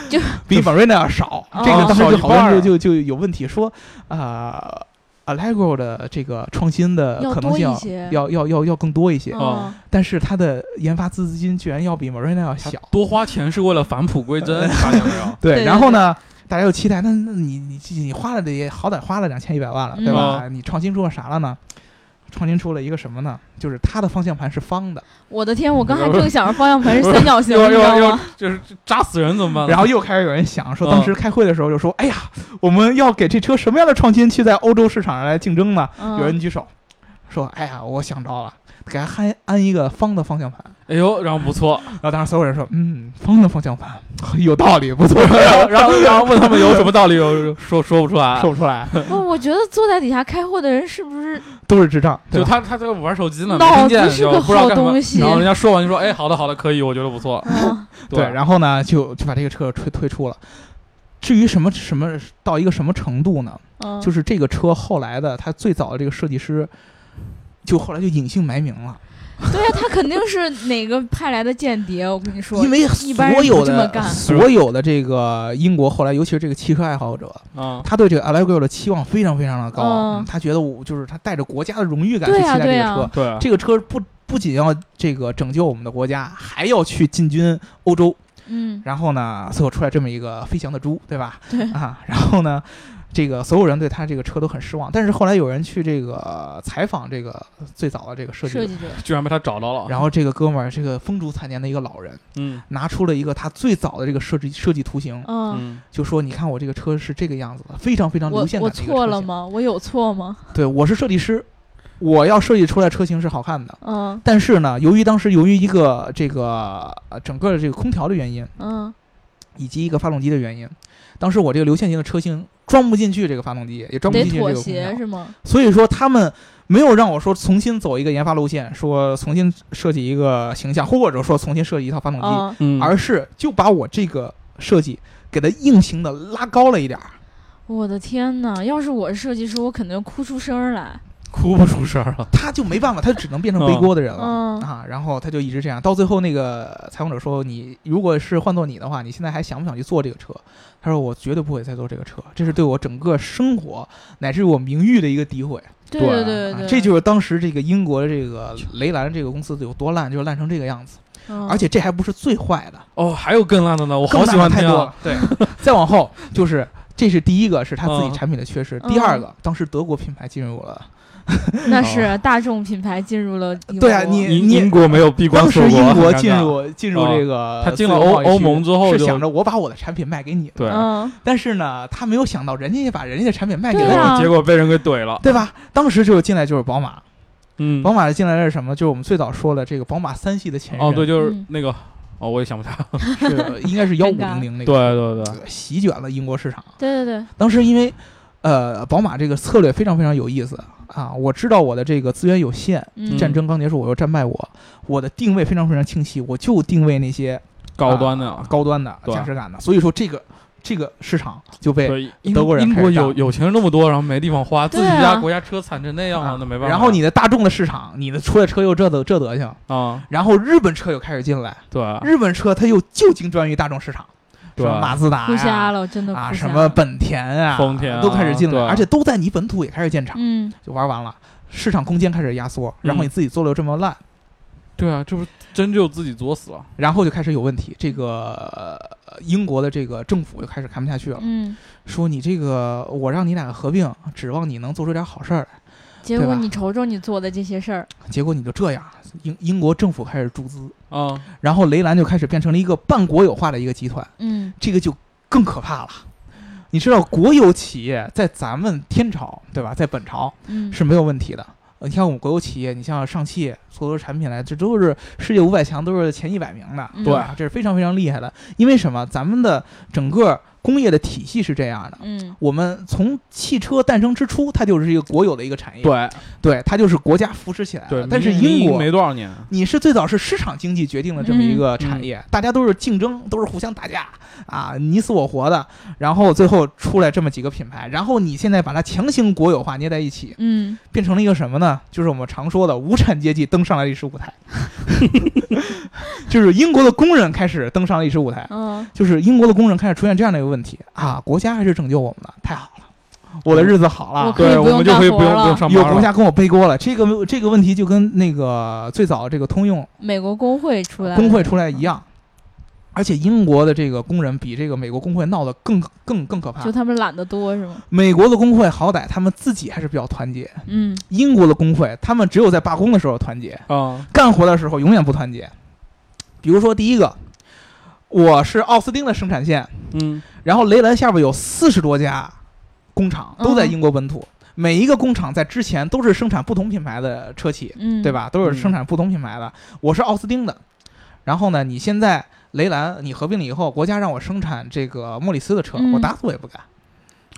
[SPEAKER 1] 就
[SPEAKER 2] 比 Marina 要少。这个
[SPEAKER 1] 哦
[SPEAKER 2] 当时
[SPEAKER 3] 少
[SPEAKER 2] 就
[SPEAKER 3] 一
[SPEAKER 2] 好
[SPEAKER 3] 半
[SPEAKER 2] 多
[SPEAKER 3] 儿
[SPEAKER 2] 人
[SPEAKER 3] 啊
[SPEAKER 2] 就就就有问题说啊、a l l e g r o 的这个创新的
[SPEAKER 1] 要
[SPEAKER 2] 可能
[SPEAKER 1] 多
[SPEAKER 2] 性
[SPEAKER 1] 一些
[SPEAKER 2] 要要要要更多一些，
[SPEAKER 1] 哦，
[SPEAKER 2] 但是它的研发资金居然要比 Marina 要小。
[SPEAKER 3] 多花钱是为了返璞归 真，大家 要
[SPEAKER 2] 对，
[SPEAKER 1] 对
[SPEAKER 2] 然
[SPEAKER 1] 对
[SPEAKER 2] 后呢，大家又期待，那那你你你花了得也好歹花了两千一百万了，对吧？你创新出了啥了呢？创新出了一个什么呢？就是它的方向盘是方的，
[SPEAKER 1] 我的天，我刚才
[SPEAKER 2] 嗯
[SPEAKER 1] 正想着方向盘是三角 形，
[SPEAKER 3] 要
[SPEAKER 1] 你知道
[SPEAKER 3] 要要
[SPEAKER 1] 吗？
[SPEAKER 3] 就是扎死人怎么办？
[SPEAKER 2] 然后又开始有人想说，
[SPEAKER 3] 嗯
[SPEAKER 2] 当时开会的时候就说，哎呀，我们要给这车什么样的创新去在欧洲市场上来竞争呢？
[SPEAKER 1] 嗯
[SPEAKER 2] 有人举手说，哎呀，我想到了，给它安安一个方的方向盘。
[SPEAKER 3] 哎呦，然后不 错，
[SPEAKER 2] 然后当时所有人说，嗯，方的方向盘有道理，不错，
[SPEAKER 3] 然后然后然后问他们有什么道理，有说说不出来
[SPEAKER 2] 说，不出来，
[SPEAKER 1] 不，我觉得坐在底下开会的人是不 是
[SPEAKER 2] 都是智障，对
[SPEAKER 3] 就
[SPEAKER 2] 吧？
[SPEAKER 3] 他他在玩手机呢，没
[SPEAKER 1] 脑
[SPEAKER 3] 听
[SPEAKER 1] 子
[SPEAKER 3] 见，
[SPEAKER 1] 是
[SPEAKER 3] 就
[SPEAKER 1] 个
[SPEAKER 3] 不知道
[SPEAKER 1] 好
[SPEAKER 3] 干什么
[SPEAKER 1] 东西
[SPEAKER 3] 然后人家说完就说，哎，好的好的，可以，我觉得不错，
[SPEAKER 2] 嗯
[SPEAKER 1] 啊？
[SPEAKER 2] 对，然后呢，就就把这个车推推出了。至于什么什么到一个什么程度呢？
[SPEAKER 1] 嗯，
[SPEAKER 2] 就是 是这个车后来的，它最早的这个设计师，就后来就隐姓埋名了，
[SPEAKER 1] 对呀，啊他肯定是哪个派来的间谍，我跟你说，
[SPEAKER 2] 因为
[SPEAKER 1] 一般人
[SPEAKER 2] 所
[SPEAKER 1] 不
[SPEAKER 2] 有
[SPEAKER 1] 这么
[SPEAKER 2] 的
[SPEAKER 1] 干
[SPEAKER 2] 所有的这个英国后来，尤其是这个汽车爱好者，
[SPEAKER 3] 啊，
[SPEAKER 2] 他对这个 Allegro 的期望非常非常的高，
[SPEAKER 1] 嗯
[SPEAKER 2] 他觉得我就是他带着国家的荣誉感去
[SPEAKER 1] 对
[SPEAKER 2] 期
[SPEAKER 1] 呀
[SPEAKER 2] 待这
[SPEAKER 1] 对
[SPEAKER 2] 个
[SPEAKER 1] 呀
[SPEAKER 2] 车，
[SPEAKER 3] 对，
[SPEAKER 2] 这个车不不仅要这个拯救我们的国家，还要去进军欧洲。
[SPEAKER 1] 嗯，
[SPEAKER 2] 然后呢，最后出来这么一个飞翔的猪，对吧？
[SPEAKER 1] 对
[SPEAKER 2] 啊，然后呢，这个所有人对他这个车都很失望。但是后来有人去这个采访这个最早的这个设计
[SPEAKER 1] 设
[SPEAKER 2] 者，
[SPEAKER 1] 计者，
[SPEAKER 3] 居然被他找到了，
[SPEAKER 2] 然后这个哥们儿，这个风烛残年的一个老人，
[SPEAKER 3] 嗯
[SPEAKER 2] 拿出了一个他最早的这个设计设计图形，
[SPEAKER 1] 嗯，
[SPEAKER 3] 嗯，
[SPEAKER 2] 就说：“你看我这个车是这个样子的，非常非常
[SPEAKER 1] 我
[SPEAKER 2] 流线
[SPEAKER 1] 我
[SPEAKER 2] 感的一个
[SPEAKER 1] 错了
[SPEAKER 2] 车型。
[SPEAKER 1] 吗？我有错吗？
[SPEAKER 2] 对，我是设计师，我要设计出来车型是好看的。
[SPEAKER 1] 嗯
[SPEAKER 2] 但是呢，由于当时由于一个这个呃整个的这个空调的原因，
[SPEAKER 1] 嗯，
[SPEAKER 2] 以及一个发动机的原因。当时我这个流线型的车型装不进去这个发动机，也装不
[SPEAKER 1] 得
[SPEAKER 2] 进去这
[SPEAKER 1] 妥
[SPEAKER 2] 个空
[SPEAKER 1] 协
[SPEAKER 2] 调，
[SPEAKER 1] 是吗？
[SPEAKER 2] 所以说他们没有让我说重新走一个研发路线，说重新设计一个形象，或者说重新设计一套发动机，
[SPEAKER 1] 嗯，
[SPEAKER 3] 嗯
[SPEAKER 2] 而是就把我这个设计给它硬性的拉高了一点儿，
[SPEAKER 1] 我的天哪！要是我是设计师，我肯定哭出声儿来。
[SPEAKER 3] 哭不出声儿了，
[SPEAKER 2] 他就没办法，他只能变成背锅的人了。
[SPEAKER 1] 嗯
[SPEAKER 2] 啊，然后他就一直这样，到最后那个采访者说：“你如果是换做你的话，你现在还想不想去做这个车？”他说：“我绝对不会再做这个车，这是对我整个生活乃至我名誉的一个诋毁。
[SPEAKER 1] 对
[SPEAKER 3] 对
[SPEAKER 1] 对
[SPEAKER 2] 啊
[SPEAKER 1] 对，
[SPEAKER 2] 这就是当时这个英国的这个雷兰这个公司有多烂，就是烂成这个样子。
[SPEAKER 1] 嗯，
[SPEAKER 2] 而且这还不是最坏的，
[SPEAKER 3] 哦，还有更烂的呢，我好
[SPEAKER 2] 更烂
[SPEAKER 3] 喜
[SPEAKER 2] 的
[SPEAKER 3] 欢
[SPEAKER 2] 太
[SPEAKER 3] 听
[SPEAKER 2] 多
[SPEAKER 3] 啊
[SPEAKER 2] 了，。对，再往后就是。这是第一个，是他自己
[SPEAKER 3] 嗯
[SPEAKER 2] 产品的缺失。
[SPEAKER 1] 嗯
[SPEAKER 2] 第二个，当时德国品牌进入了，
[SPEAKER 1] 那是大众品牌进入了英
[SPEAKER 2] 对啊
[SPEAKER 1] 国
[SPEAKER 2] 你
[SPEAKER 3] 英
[SPEAKER 2] 你
[SPEAKER 3] 英国没有闭关
[SPEAKER 2] 当时
[SPEAKER 3] 锁国，
[SPEAKER 2] 英
[SPEAKER 3] 很
[SPEAKER 2] 国
[SPEAKER 3] 尴
[SPEAKER 2] 进
[SPEAKER 3] 尬嗯
[SPEAKER 2] 入进入这个
[SPEAKER 3] 他进
[SPEAKER 2] 自
[SPEAKER 3] 了
[SPEAKER 2] 由
[SPEAKER 3] 欧
[SPEAKER 2] 贸易
[SPEAKER 3] 欧
[SPEAKER 2] 区
[SPEAKER 3] 盟之后
[SPEAKER 2] 是
[SPEAKER 3] 就
[SPEAKER 2] 想着我把我的产品卖给你们，
[SPEAKER 3] 对，
[SPEAKER 1] 嗯，
[SPEAKER 2] 但是呢，他没有想到人家也把人家的产品卖给
[SPEAKER 1] 对
[SPEAKER 2] 了
[SPEAKER 3] 结
[SPEAKER 2] 我，
[SPEAKER 1] 啊
[SPEAKER 3] 果结果被人给怼了，
[SPEAKER 2] 对吧？当时就是进来就是宝马，
[SPEAKER 3] 嗯，
[SPEAKER 2] 宝马进来的是什么？就是我们最早说的这个宝马三系的前任，
[SPEAKER 3] 哦对，就是
[SPEAKER 1] 嗯
[SPEAKER 3] 那个，哦我也想不起来，
[SPEAKER 2] 是 应该是幺五零零那
[SPEAKER 3] 对
[SPEAKER 2] 个，啊
[SPEAKER 3] 对对，
[SPEAKER 2] 对，席卷了英国市场。
[SPEAKER 1] 对对对，
[SPEAKER 2] 当时因为，呃，宝马这个策略非常非常有意思啊，我知道我的这个资源有限，
[SPEAKER 1] 嗯，
[SPEAKER 2] 战争刚结束，我又战败我，我的定位非常非常清晰，我就定位那些
[SPEAKER 3] 高端的
[SPEAKER 2] 啊
[SPEAKER 3] 啊，
[SPEAKER 2] 高端的
[SPEAKER 3] 对
[SPEAKER 2] 驾驶感的，所以说这个这个市场就被
[SPEAKER 3] 对，英
[SPEAKER 2] 德国人
[SPEAKER 3] 英
[SPEAKER 2] 开
[SPEAKER 3] 国
[SPEAKER 2] 始干
[SPEAKER 3] 有有钱人那么多，然后没地方花，自己
[SPEAKER 1] 对啊
[SPEAKER 3] 家国家车惨成那样
[SPEAKER 2] 啊
[SPEAKER 3] 了，那没办法。
[SPEAKER 2] 然后你的大众的市场，你的出来车又这德这德行，
[SPEAKER 3] 啊，
[SPEAKER 2] 然后日本车又开始进来，
[SPEAKER 3] 对啊
[SPEAKER 2] 日本车它又就精专于大众市场，什
[SPEAKER 3] 对啊
[SPEAKER 2] 么马自达
[SPEAKER 1] 哭瞎
[SPEAKER 2] 呀、
[SPEAKER 1] 了，真的
[SPEAKER 2] 啊，
[SPEAKER 1] 哭瞎
[SPEAKER 2] 什
[SPEAKER 1] 了
[SPEAKER 2] 么本田啊，
[SPEAKER 3] 丰田啊
[SPEAKER 2] 都开始进来，
[SPEAKER 3] 对
[SPEAKER 2] 而且都在你本土也开始建厂，
[SPEAKER 1] 嗯，
[SPEAKER 2] 就玩完了，市场空间开始压缩，
[SPEAKER 3] 嗯
[SPEAKER 2] 然后你自己做的又这么烂，
[SPEAKER 3] 对啊，这不是真就自己作死了。
[SPEAKER 2] 然后就开始有问题，这个。呃英国的这个政府就开始看不下去了，
[SPEAKER 1] 嗯，
[SPEAKER 2] 说你这个我让你两个合并，指望你能做出点好事儿来，
[SPEAKER 1] 结
[SPEAKER 2] 对
[SPEAKER 1] 果
[SPEAKER 2] 吧
[SPEAKER 1] 你瞅瞅你做的这些事儿，
[SPEAKER 2] 结果你就这样，英英国政府开始注资，
[SPEAKER 3] 啊，
[SPEAKER 2] 然后雷兰就开始变成了一个半国有化的一个集团，
[SPEAKER 1] 嗯，
[SPEAKER 2] 这个就更可怕了。你知道国有企业在咱们天朝，对吧？在本朝
[SPEAKER 1] 嗯，
[SPEAKER 2] 是没有问题的。呃你看我们国有企业，你像上汽做出产品来，这都是世界五百强，都是前一百名的，
[SPEAKER 1] 嗯
[SPEAKER 2] 对吧，这是非常非常厉害的。因为什么？咱们的整个工业的体系是这样的。
[SPEAKER 1] 嗯
[SPEAKER 2] 我们从汽车诞生之初，它就是一个国有的一个产业，
[SPEAKER 3] 对
[SPEAKER 2] 对，它就是国家扶持起来的
[SPEAKER 3] 对。。
[SPEAKER 2] 但是
[SPEAKER 3] 民
[SPEAKER 2] 英
[SPEAKER 3] 民
[SPEAKER 2] 国
[SPEAKER 3] 没多少年，
[SPEAKER 2] 你是最早是市场经济决定了这么
[SPEAKER 1] 嗯
[SPEAKER 2] 一个产业，大家都是竞争，都是互相打架啊，你死我活的，然后最后出来这么几个品牌，然后你现在把它强行国有化捏在一起，
[SPEAKER 1] 嗯，
[SPEAKER 2] 变成了一个什么呢？就是我们常说的无产阶级登上了历史舞台， 就是英国的工人开始登上了历史舞台，
[SPEAKER 1] 嗯，
[SPEAKER 2] 就是英国的工人开始出现这样的一个问题啊，国家还是拯救我们了，太好了，我的日子好了，
[SPEAKER 1] 我可以
[SPEAKER 3] 对，
[SPEAKER 1] 不
[SPEAKER 3] 我
[SPEAKER 1] 用
[SPEAKER 3] 们就
[SPEAKER 1] 干
[SPEAKER 3] 可以
[SPEAKER 1] 活
[SPEAKER 3] 不用
[SPEAKER 1] 了
[SPEAKER 3] 不用上
[SPEAKER 2] 有
[SPEAKER 3] 班
[SPEAKER 2] 国
[SPEAKER 3] 了。
[SPEAKER 2] 家跟我背锅了，这个这个问题就跟那个最早这个通用
[SPEAKER 1] 美国工会出来，
[SPEAKER 2] 工会出来一，样，而且英国的这个工人比这个美国工会闹得更更更可怕
[SPEAKER 1] 就。他们懒得多是吗？
[SPEAKER 2] 美国的工会好歹他们自己还是比较团结，
[SPEAKER 1] 嗯，
[SPEAKER 2] 英国的工会他们只有在罢工的时候团结，
[SPEAKER 3] 啊，
[SPEAKER 2] 干活的时候永远不团结。比如说第一个，我是奥斯汀的生产线，
[SPEAKER 3] 嗯，
[SPEAKER 2] 然后雷兰下边有四十多家工厂都在
[SPEAKER 1] 嗯
[SPEAKER 2] 英国本土，每一个工厂在之前都是生产不同品牌的车企，
[SPEAKER 1] 嗯，
[SPEAKER 2] 对？吧？都是
[SPEAKER 3] 嗯
[SPEAKER 2] 生产不同品牌的。我是奥斯汀的，然后呢，你现在雷兰你合并了以后，国家让我生产这个莫里斯的车，
[SPEAKER 1] 嗯
[SPEAKER 2] 我打死我也不干，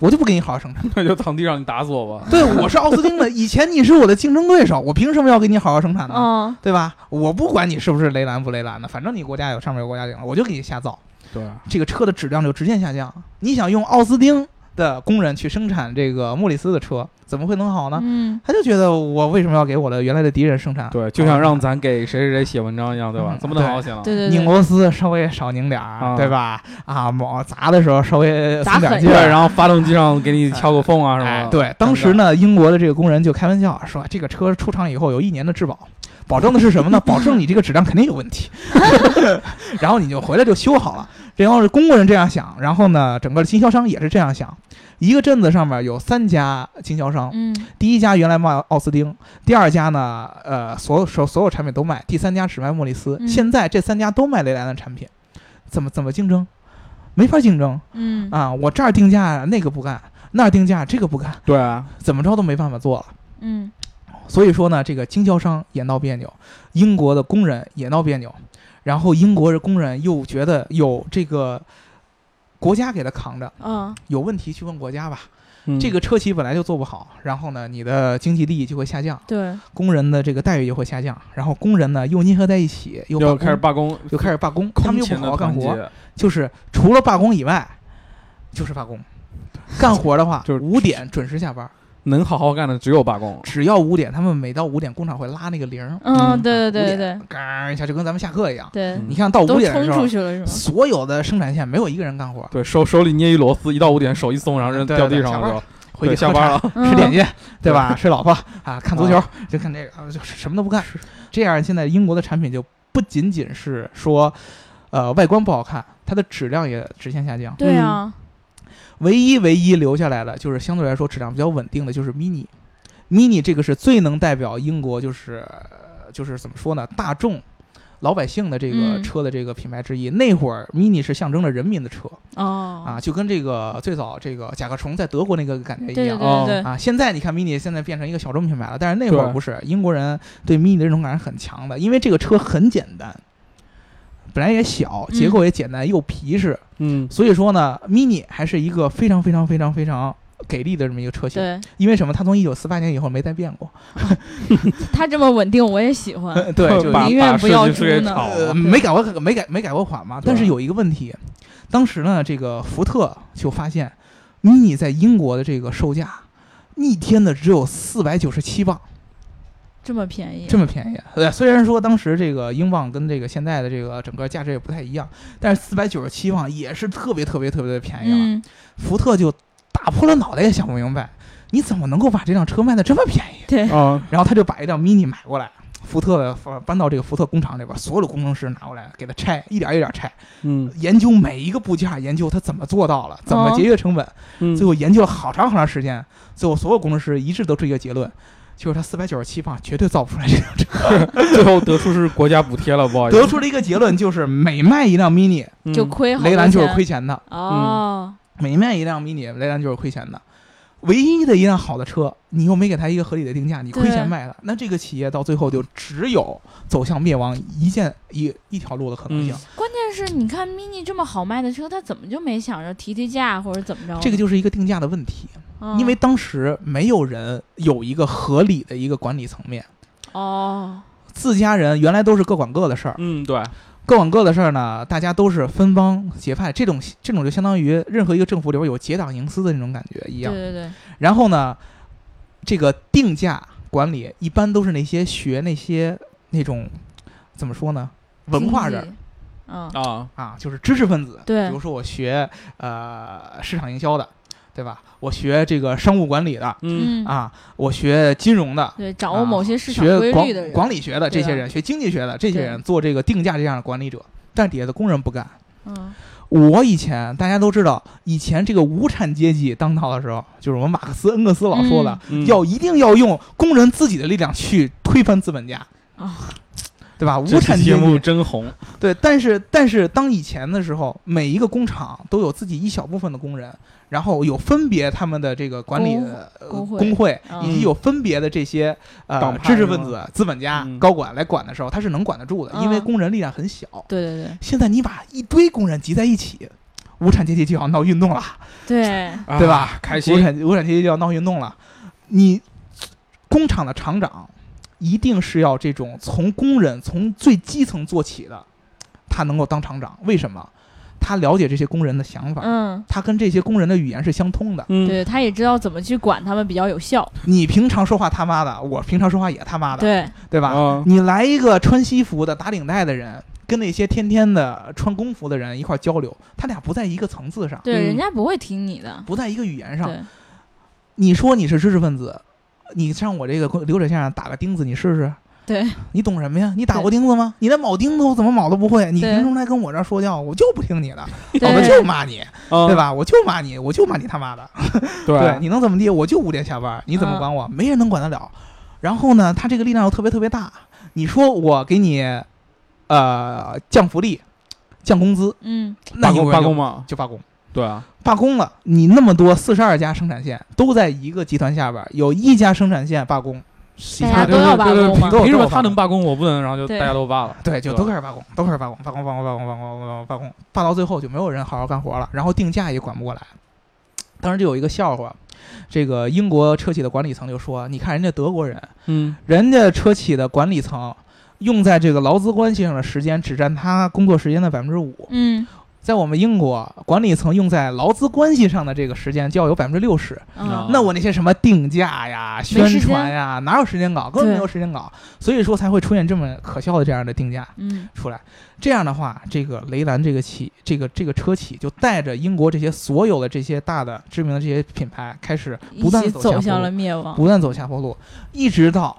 [SPEAKER 2] 我就不给你好好生 产。
[SPEAKER 3] 那就躺地上，你打死我吧。
[SPEAKER 2] 对，我是奥斯汀的，以前你是我的竞争对手，我凭什么要给你好好生产呢？
[SPEAKER 1] 嗯，
[SPEAKER 2] 对吧？我不管你是不是雷兰不雷兰的，反正你国家有上面有国家领了，我就给你瞎造，
[SPEAKER 3] 对，
[SPEAKER 2] 这个车的质量就直线下降。你想用奥斯汀的工人去生产这个莫里斯的车，怎么会能好呢？
[SPEAKER 1] 嗯，
[SPEAKER 2] 他就觉得我为什么要给我的原来的敌人生产？
[SPEAKER 3] 对，就像
[SPEAKER 2] 好
[SPEAKER 3] 让咱给谁谁谁写文章一样，对吧
[SPEAKER 2] 啊嗯？
[SPEAKER 3] 怎么能好好写呢？
[SPEAKER 1] 对对
[SPEAKER 2] 拧
[SPEAKER 1] 对，
[SPEAKER 2] 螺丝稍微少拧点儿，
[SPEAKER 3] 啊
[SPEAKER 2] 对吧？啊，猛砸的时候稍微
[SPEAKER 1] 砸
[SPEAKER 2] 松点
[SPEAKER 1] 狠
[SPEAKER 2] 劲
[SPEAKER 1] 一
[SPEAKER 2] 儿
[SPEAKER 1] 点
[SPEAKER 3] 对，。然后发动机上给你敲个缝啊什么
[SPEAKER 2] 哎
[SPEAKER 3] 的。，
[SPEAKER 2] 对，当时呢，英国的这个工人就开玩笑说，这个车出厂以后有一年的质保，保证的是 什么呢？保证你这个质量肯定有问题， 然后你就回来就修好了。这要是工人这样想，然后呢，整个的经销商也是这样想。一个镇子上面有三家经销商，
[SPEAKER 1] 嗯
[SPEAKER 2] 第一家原来卖奥斯汀，第二家呢，呃，所有所所有产品都卖，第三家只卖莫里斯。
[SPEAKER 1] 嗯
[SPEAKER 2] 现在这三家都卖雷兰的产品，怎么怎么竞争？没法竞争
[SPEAKER 1] 嗯，
[SPEAKER 2] 啊！我这儿定价那个不干，那儿定价这个不干，
[SPEAKER 3] 对啊，
[SPEAKER 2] 怎么着都没办法做了。
[SPEAKER 1] 嗯
[SPEAKER 2] 所以说呢，这个经销商也闹别扭，英国的工人也闹别扭，然后英国的工人又觉得有这个国家给他扛着，
[SPEAKER 1] 嗯
[SPEAKER 2] 有问题去问国家吧。
[SPEAKER 3] 嗯
[SPEAKER 2] 这个车企本来就做不好，然后呢，你的经济利益就会下降。
[SPEAKER 1] 对，
[SPEAKER 2] 工人的这个待遇就会下降，然后工人呢又捏合在一起，又罢
[SPEAKER 3] 又
[SPEAKER 2] 工
[SPEAKER 3] 开始罢工，
[SPEAKER 2] 又开始罢工，他
[SPEAKER 3] 空
[SPEAKER 2] 们又不
[SPEAKER 3] 前
[SPEAKER 2] 好
[SPEAKER 3] 的
[SPEAKER 2] 好干
[SPEAKER 3] 团结
[SPEAKER 2] 活，，就是除了罢工以外，就是罢工。干活的话，
[SPEAKER 3] 就是
[SPEAKER 2] 五点准时下班，
[SPEAKER 3] 能好好干的只有罢工。
[SPEAKER 2] 只要五点，他们每到五点工厂会拉那个铃儿，
[SPEAKER 1] 嗯
[SPEAKER 3] 嗯
[SPEAKER 1] 对对对
[SPEAKER 2] 五
[SPEAKER 1] 对
[SPEAKER 2] 点嘎一下就跟咱们下课一样。
[SPEAKER 1] 对，
[SPEAKER 2] 你看到
[SPEAKER 1] 都
[SPEAKER 2] 啊五点
[SPEAKER 1] 冲
[SPEAKER 2] 的时
[SPEAKER 1] 出
[SPEAKER 2] 候，
[SPEAKER 1] 去了是吗？
[SPEAKER 2] 所有的生产线没有一个人干活，
[SPEAKER 3] 对手手里捏一螺丝，一到五点手一松，然后扔
[SPEAKER 2] 对
[SPEAKER 3] 掉
[SPEAKER 2] 对
[SPEAKER 3] 地
[SPEAKER 2] 对
[SPEAKER 3] 上
[SPEAKER 2] 下
[SPEAKER 3] 了就，
[SPEAKER 2] 回去
[SPEAKER 3] 对下
[SPEAKER 2] 喝
[SPEAKER 3] 班
[SPEAKER 2] 茶
[SPEAKER 3] 了。
[SPEAKER 2] 吃点
[SPEAKER 1] 嗯
[SPEAKER 2] 心，对吧？睡老婆啊，看足球，就看这个，啊就是什么都不干。这样，现在英国的产品就不仅仅是说，呃，外观不好看，它的质量也直线下降。
[SPEAKER 1] 对啊，
[SPEAKER 2] 唯一唯一留下来的就是相对来说质量比较稳定的就是 Mini。Mini 这个是最能代表英国，就是呃就是怎么说呢，大众老百姓的这个
[SPEAKER 1] 嗯
[SPEAKER 2] 车的这个品牌之一。那会儿 Mini 是象征着人民的车
[SPEAKER 1] 哦
[SPEAKER 2] 啊，，就跟这个最早这个甲壳虫在德国那个感觉
[SPEAKER 1] 对
[SPEAKER 2] 一
[SPEAKER 1] 对
[SPEAKER 2] 样。
[SPEAKER 1] 对对，
[SPEAKER 2] 啊，现在你看 Mini 现在变成一个小众品牌了，但是那会儿
[SPEAKER 3] 对
[SPEAKER 2] 不是，英国人对 Mini 的认同感是很强的，因为这个车很简单，本来也小，结构也简单、又皮实，
[SPEAKER 3] 嗯，
[SPEAKER 2] 所以说呢，Mini 还是一个非常非常非常非常给力的这么一个车型。
[SPEAKER 1] 对
[SPEAKER 2] 因为什么？它从一九四八年以后没再变过，
[SPEAKER 1] 他这么稳定，我也喜欢。
[SPEAKER 2] 对，就
[SPEAKER 3] 嗯把
[SPEAKER 1] 宁愿
[SPEAKER 3] 把
[SPEAKER 1] 不
[SPEAKER 3] 设
[SPEAKER 1] 要
[SPEAKER 3] 计
[SPEAKER 1] 猪
[SPEAKER 3] 师给
[SPEAKER 1] 呢
[SPEAKER 3] 炒
[SPEAKER 2] 呃
[SPEAKER 3] 了。
[SPEAKER 2] 没改过没改没改过款嘛。
[SPEAKER 3] 对
[SPEAKER 2] 但是有一个问题，当时呢，这个福特就发现 Mini 在英国的这个售价逆天的只有四百九十七磅。
[SPEAKER 1] 这么便宜，
[SPEAKER 2] 这么便宜。对， 虽然说当时这个英镑跟这个现在的这个整个价值也不太一样，但是四百九十七镑也是特别特别特别的便宜了。
[SPEAKER 1] 嗯，
[SPEAKER 2] 福特就打破了脑袋也想不明白，你怎么能够把这辆车卖的这么便宜？
[SPEAKER 1] 对，
[SPEAKER 3] 啊，
[SPEAKER 2] 然后他就把一辆 Mini 买过来。福特的呃搬到这个福特工厂里边，所有的工程师拿过来给它拆，一点一点拆，
[SPEAKER 3] 嗯
[SPEAKER 2] 研究每一个部件，研究它怎么做到了，怎么
[SPEAKER 1] 哦
[SPEAKER 2] 节约成本，
[SPEAKER 3] 嗯
[SPEAKER 2] 最后研究了好长好长时间，最后所有工程师一致得出一个结论，就是它四百九十七磅绝对造不出来这辆车。
[SPEAKER 3] 最后得出是国家补贴了，不好意思，
[SPEAKER 2] 得出了一个结论，就是每卖一辆 Mini，
[SPEAKER 3] 嗯
[SPEAKER 1] 就亏好多
[SPEAKER 2] 雷兰就是
[SPEAKER 1] 钱
[SPEAKER 2] 亏钱的。嗯
[SPEAKER 1] 哦，
[SPEAKER 2] 每卖一辆 mini 来讲就是亏钱的。唯一的一辆好的车，你又没给他一个合理的定价，你亏钱卖了，那这个企业到最后就只有走向灭亡一件一一条路的可能性。
[SPEAKER 1] 关键是你看 mini 这么好卖的车，他怎么就没想着提提价或者怎么着？嗯
[SPEAKER 2] 这个就是一个定价的问题，
[SPEAKER 1] 哦
[SPEAKER 2] 因为当时没有人有一个合理的一个管理层面，
[SPEAKER 1] 哦，
[SPEAKER 2] 自家人原来都是各管各的事儿，
[SPEAKER 3] 嗯，对，
[SPEAKER 2] 各管各的事儿呢，大家都是分帮结派，这种这种就相当于任何一个政府里边有结党营私的那种感觉
[SPEAKER 1] 对
[SPEAKER 2] 一样。
[SPEAKER 1] 对对，
[SPEAKER 2] 然后呢，这个定价管理一般都是那些学那些那种怎么说呢，文化人
[SPEAKER 1] 经济，嗯，
[SPEAKER 3] 啊，
[SPEAKER 2] 啊，就是知识分子。
[SPEAKER 1] 对
[SPEAKER 2] 比如说我学呃市场营销的，对吧？我学这个商务管理的
[SPEAKER 3] 嗯，
[SPEAKER 1] 嗯，
[SPEAKER 2] 啊，我学金融的。
[SPEAKER 1] 对，掌握
[SPEAKER 2] 啊
[SPEAKER 1] 某些市场
[SPEAKER 2] 学
[SPEAKER 1] 规
[SPEAKER 2] 管
[SPEAKER 1] 律的人，
[SPEAKER 2] 管理学的这些
[SPEAKER 1] 对啊
[SPEAKER 2] 人，学经济学的这些
[SPEAKER 1] 对
[SPEAKER 2] 人，做这个定价这样的管理者，但底下的工人不干。
[SPEAKER 1] 嗯，
[SPEAKER 2] 我以前大家都知道，以前这个无产阶级当道的时候，就是我们马克思、恩格斯老说的，
[SPEAKER 3] 嗯
[SPEAKER 2] 要一定要用工人自己的力量去推翻资本家，
[SPEAKER 1] 啊，
[SPEAKER 2] 对吧？
[SPEAKER 3] 这
[SPEAKER 2] 无
[SPEAKER 3] 期
[SPEAKER 2] 产
[SPEAKER 3] 节
[SPEAKER 2] 阶
[SPEAKER 3] 目
[SPEAKER 2] 级
[SPEAKER 3] 真红，
[SPEAKER 2] 对，但是但是当以前的时候，每一个工厂都有自己一小部分的工人，然后有分别他们的这个管理
[SPEAKER 1] 工
[SPEAKER 2] 呃
[SPEAKER 1] 工会
[SPEAKER 2] 工会，
[SPEAKER 1] 嗯
[SPEAKER 2] 以及有分别的这些呃
[SPEAKER 3] 党派
[SPEAKER 2] 知识分
[SPEAKER 3] 是
[SPEAKER 2] 子、资本家
[SPEAKER 3] 嗯、
[SPEAKER 2] 高管来管的时候，他是能管得住的，因为
[SPEAKER 1] 嗯
[SPEAKER 2] 工人力量很小。
[SPEAKER 1] 对对对
[SPEAKER 2] 现在你把一堆工人集在一起，无产阶级就要闹运动了，
[SPEAKER 1] 对，
[SPEAKER 2] 对吧？
[SPEAKER 3] 啊开
[SPEAKER 2] 无
[SPEAKER 3] 心，
[SPEAKER 2] 产无产阶级就要闹运动了。你工厂的厂长一定是要这种从工人从最基层做起的，他能够当厂长，为什么？他了解这些工人的想法。
[SPEAKER 1] 嗯，
[SPEAKER 2] 他跟这些工人的语言是相通的。
[SPEAKER 3] 嗯，
[SPEAKER 1] 对，他也知道怎么去管他们比较有效，
[SPEAKER 2] 你平常说话他妈的，我平常说话也他妈的，
[SPEAKER 1] 对，
[SPEAKER 2] 对吧？
[SPEAKER 3] 啊，
[SPEAKER 2] 你来一个穿西服的打领带的人，跟那些天天的穿工服的人一块儿交流，他俩不在一个层次上，
[SPEAKER 1] 对，
[SPEAKER 3] 嗯
[SPEAKER 1] 人家不会听你的，
[SPEAKER 2] 不在一个语言上。
[SPEAKER 1] 对，
[SPEAKER 2] 你说你是知识分子，你上我这个流水线上打个钉子，你试试？
[SPEAKER 1] 对，
[SPEAKER 2] 你懂什么呀？你打过钉子吗？你连铆钉子我怎么铆都不会，你
[SPEAKER 1] 对
[SPEAKER 2] 凭什么来跟我这儿说教？我就不听你的，
[SPEAKER 1] 对
[SPEAKER 2] 我就骂你，对
[SPEAKER 3] 对？
[SPEAKER 2] 吧？我就骂你，我就骂你他妈的！对，，你能怎么地？我就五点下班，你
[SPEAKER 1] 嗯
[SPEAKER 2] 怎么管我？没人能管得了。然后呢，他这个力量又特别特别大。你说我给你，呃，降福利、降工资，
[SPEAKER 1] 嗯，
[SPEAKER 2] 那
[SPEAKER 3] 罢
[SPEAKER 2] 有
[SPEAKER 3] 工
[SPEAKER 2] 人
[SPEAKER 3] 罢
[SPEAKER 2] 就
[SPEAKER 3] 工嘛，
[SPEAKER 2] 就罢工。
[SPEAKER 3] 对啊，
[SPEAKER 2] 罢工了，你那么多四十二家生产线都在一个集团下边儿，有一家生产线罢工，其
[SPEAKER 1] 大家
[SPEAKER 2] 他都
[SPEAKER 1] 都要罢
[SPEAKER 3] 对对对
[SPEAKER 1] 工嘛
[SPEAKER 2] 都有
[SPEAKER 3] 凭什
[SPEAKER 2] 都
[SPEAKER 3] 么
[SPEAKER 2] 有
[SPEAKER 3] 他能罢工，我不能？然后就
[SPEAKER 1] 对
[SPEAKER 3] 大家都罢了，
[SPEAKER 2] 对，就都开始罢工，都开始罢工，罢工，罢工，罢工，罢工，罢工，罢工，罢到最后就没有人好好干活了，然后定价也管不过来。当时就有一个笑话，这个英国车企的管理层就说：“你看人家德国人，
[SPEAKER 3] 嗯，
[SPEAKER 2] 人家车企的管理层用在这个劳资关系上的时间只占他工作时间的百分之五，
[SPEAKER 1] 嗯，
[SPEAKER 2] 在我们英国，管理层用在劳资关系上的这个时间就要有百分之六十。”
[SPEAKER 1] 啊
[SPEAKER 3] 啊，
[SPEAKER 2] 那我那些什么定价呀、宣传呀，哪有时间搞？根本没有时间搞，所以说才会出现这么可笑的这样的定价
[SPEAKER 1] 嗯，
[SPEAKER 2] 出来。这样的话，这个雷兰这个企，这个这个车企就带着英国这些所有的这些大的知名的这些品牌，开始
[SPEAKER 1] 一
[SPEAKER 2] 不断
[SPEAKER 1] 起
[SPEAKER 2] 走下
[SPEAKER 1] 走
[SPEAKER 2] 坡
[SPEAKER 1] 向
[SPEAKER 2] 路
[SPEAKER 1] 了灭亡，
[SPEAKER 2] 不断走下坡路，一直到，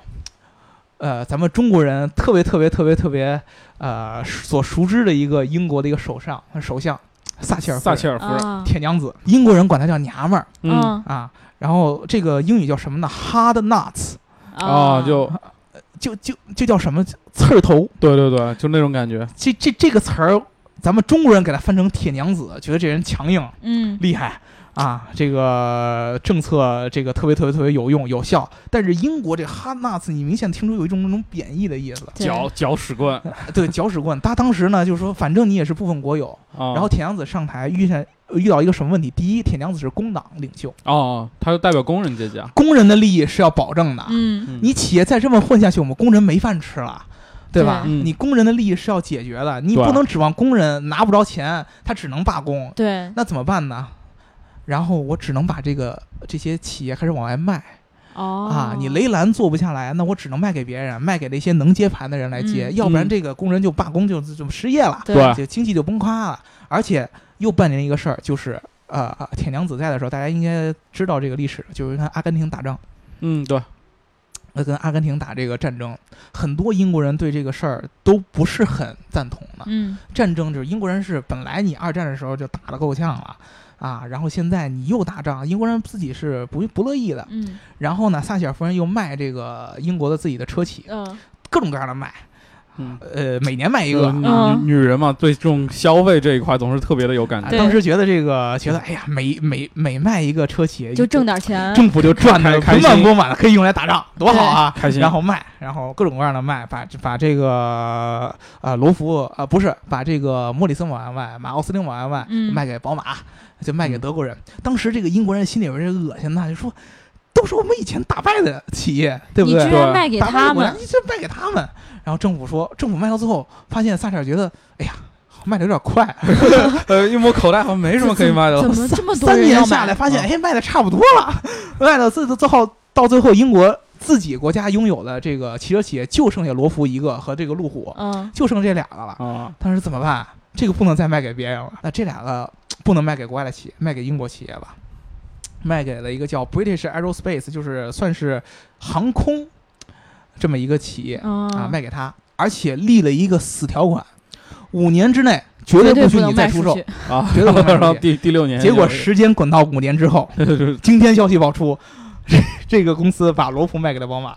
[SPEAKER 2] 呃，咱们中国人特别特别特别特别呃所熟知的一个英国的一个首相首相撒切尔夫
[SPEAKER 3] 撒
[SPEAKER 2] 人
[SPEAKER 3] 嗯切尔夫人，
[SPEAKER 1] 啊，
[SPEAKER 2] 铁娘子，英国人管她叫娘们儿。
[SPEAKER 3] 嗯，
[SPEAKER 1] 嗯，
[SPEAKER 2] 啊，然后这个英语叫什么呢？Hard nuts，
[SPEAKER 3] 啊，就
[SPEAKER 2] 就就就叫什么刺儿头。
[SPEAKER 3] 对对对，就那种感觉，
[SPEAKER 2] 这这这个词儿，咱们中国人给它翻成铁娘子，觉得这人强硬
[SPEAKER 1] 嗯，
[SPEAKER 2] 厉害啊，这个政策这个特别特别特别有用有效。但是英国这 hard nuts，你明显听出有一种那种贬义的意思，
[SPEAKER 1] 对
[SPEAKER 3] 搅搅屎 棍，
[SPEAKER 2] 对，搅屎棍。他当时呢就说，反正你也是部分国有。
[SPEAKER 3] 然
[SPEAKER 2] 然后铁娘子上台遇见。遇到一个什么问题？第一，铁娘子是工党领袖，
[SPEAKER 3] 哦，他是代表工人阶级啊，
[SPEAKER 2] 工人的利益是要保证的。
[SPEAKER 1] 嗯，
[SPEAKER 3] 嗯
[SPEAKER 2] 你企业再这么混下去，我们工人没饭吃了，对吧？
[SPEAKER 3] 对嗯
[SPEAKER 2] 你工人的利益是要解决的，你
[SPEAKER 3] 对
[SPEAKER 2] 不能指望工人拿不着钱，他只能罢工，
[SPEAKER 1] 对，
[SPEAKER 2] 那怎么办呢？然后我只能把这个这些企业开始往外卖、
[SPEAKER 1] 哦，
[SPEAKER 2] 啊，你雷兰做不下来，那我只能卖给别人，卖给那些能接盘的人来接，
[SPEAKER 1] 嗯
[SPEAKER 2] 要不然
[SPEAKER 3] 嗯
[SPEAKER 2] 这个工人就罢工就就失业了，
[SPEAKER 1] 对
[SPEAKER 3] 对
[SPEAKER 2] 就经济就崩垮了。而且又办年一个事儿，就是呃，铁娘子在的时候，大家应该知道这个历史，就是跟阿根廷打仗。
[SPEAKER 3] 嗯，对，
[SPEAKER 2] 呃，跟阿根廷打这个战争，很多英国人对这个事儿都不是很赞同的。
[SPEAKER 1] 嗯，
[SPEAKER 2] 战争就是英国人是本来你二战的时候就打得够呛了啊，然后现在你又打仗，英国人自己是不不乐意的。
[SPEAKER 1] 嗯，
[SPEAKER 2] 然后呢，撒切尔夫人又卖这个英国的自己的车企，
[SPEAKER 1] 嗯，
[SPEAKER 2] 各种各样的卖。
[SPEAKER 3] 嗯
[SPEAKER 2] 呃，每年买一个
[SPEAKER 3] 就。女
[SPEAKER 1] 嗯
[SPEAKER 3] 女女人嘛，对这种消费这一块总是特别的有感
[SPEAKER 2] 啊
[SPEAKER 3] 觉。
[SPEAKER 1] 对
[SPEAKER 2] 当时觉得这个，觉得哎呀，每每每卖一个车企
[SPEAKER 1] 就挣点钱，
[SPEAKER 2] 政府就赚的
[SPEAKER 3] 开开
[SPEAKER 2] 盆
[SPEAKER 3] 心
[SPEAKER 2] 满钵满的，可以用来打仗，多好啊！
[SPEAKER 3] 对开心
[SPEAKER 2] 然后卖，然后各种各样的卖，把把这个呃罗孚啊、呃不是把这个莫里森往外卖，把奥斯汀往外卖，
[SPEAKER 1] 嗯
[SPEAKER 2] 卖给宝马，就卖
[SPEAKER 3] 嗯
[SPEAKER 2] 给德国人。当时这个英国人心里边是恶心呐，就说都是我们以前打败的企业，对不
[SPEAKER 1] 你居
[SPEAKER 2] 对？
[SPEAKER 1] 然卖给
[SPEAKER 2] 打败
[SPEAKER 1] 他
[SPEAKER 2] 我
[SPEAKER 1] 们，
[SPEAKER 2] 你这卖给他们。然后政府说，政府卖到最后发现撒切尔觉得，哎呀，卖的有点快，啊
[SPEAKER 3] 呃，一摸口袋好像没什么可以卖的
[SPEAKER 1] 怎
[SPEAKER 3] 了。
[SPEAKER 1] 么这么多
[SPEAKER 2] 三
[SPEAKER 1] 人要
[SPEAKER 2] 年下来
[SPEAKER 1] 买？
[SPEAKER 2] 发现，
[SPEAKER 3] 嗯
[SPEAKER 2] 哎，卖的差不多了，卖到最最后到最后，英国自己国家拥有的这个汽车企业就剩下罗孚一个和这个路虎，
[SPEAKER 1] 嗯，
[SPEAKER 2] 就剩这俩个了。
[SPEAKER 3] 啊，
[SPEAKER 2] 当时怎么办？这个不能再卖给别人了，那这俩个不能卖给国外的企业，卖给英国企业吧，卖给了一个叫 British Aerospace，就是算是航空这么一个企业啊，
[SPEAKER 1] 啊
[SPEAKER 2] 卖给他，而且立了一个死条款，五年之内绝
[SPEAKER 1] 绝
[SPEAKER 2] 对
[SPEAKER 1] 对
[SPEAKER 2] 许
[SPEAKER 1] 能
[SPEAKER 2] 你再
[SPEAKER 1] 卖
[SPEAKER 2] 出
[SPEAKER 1] 出
[SPEAKER 2] 售
[SPEAKER 1] 去。。
[SPEAKER 3] 啊，
[SPEAKER 2] 绝对不能
[SPEAKER 3] 然
[SPEAKER 2] 理
[SPEAKER 3] 后
[SPEAKER 2] 解
[SPEAKER 3] 第第六年就，
[SPEAKER 2] 结果时间滚到五年之 后，
[SPEAKER 3] 就是
[SPEAKER 2] 今天消息爆出，这个公司把罗孚卖给了宝马，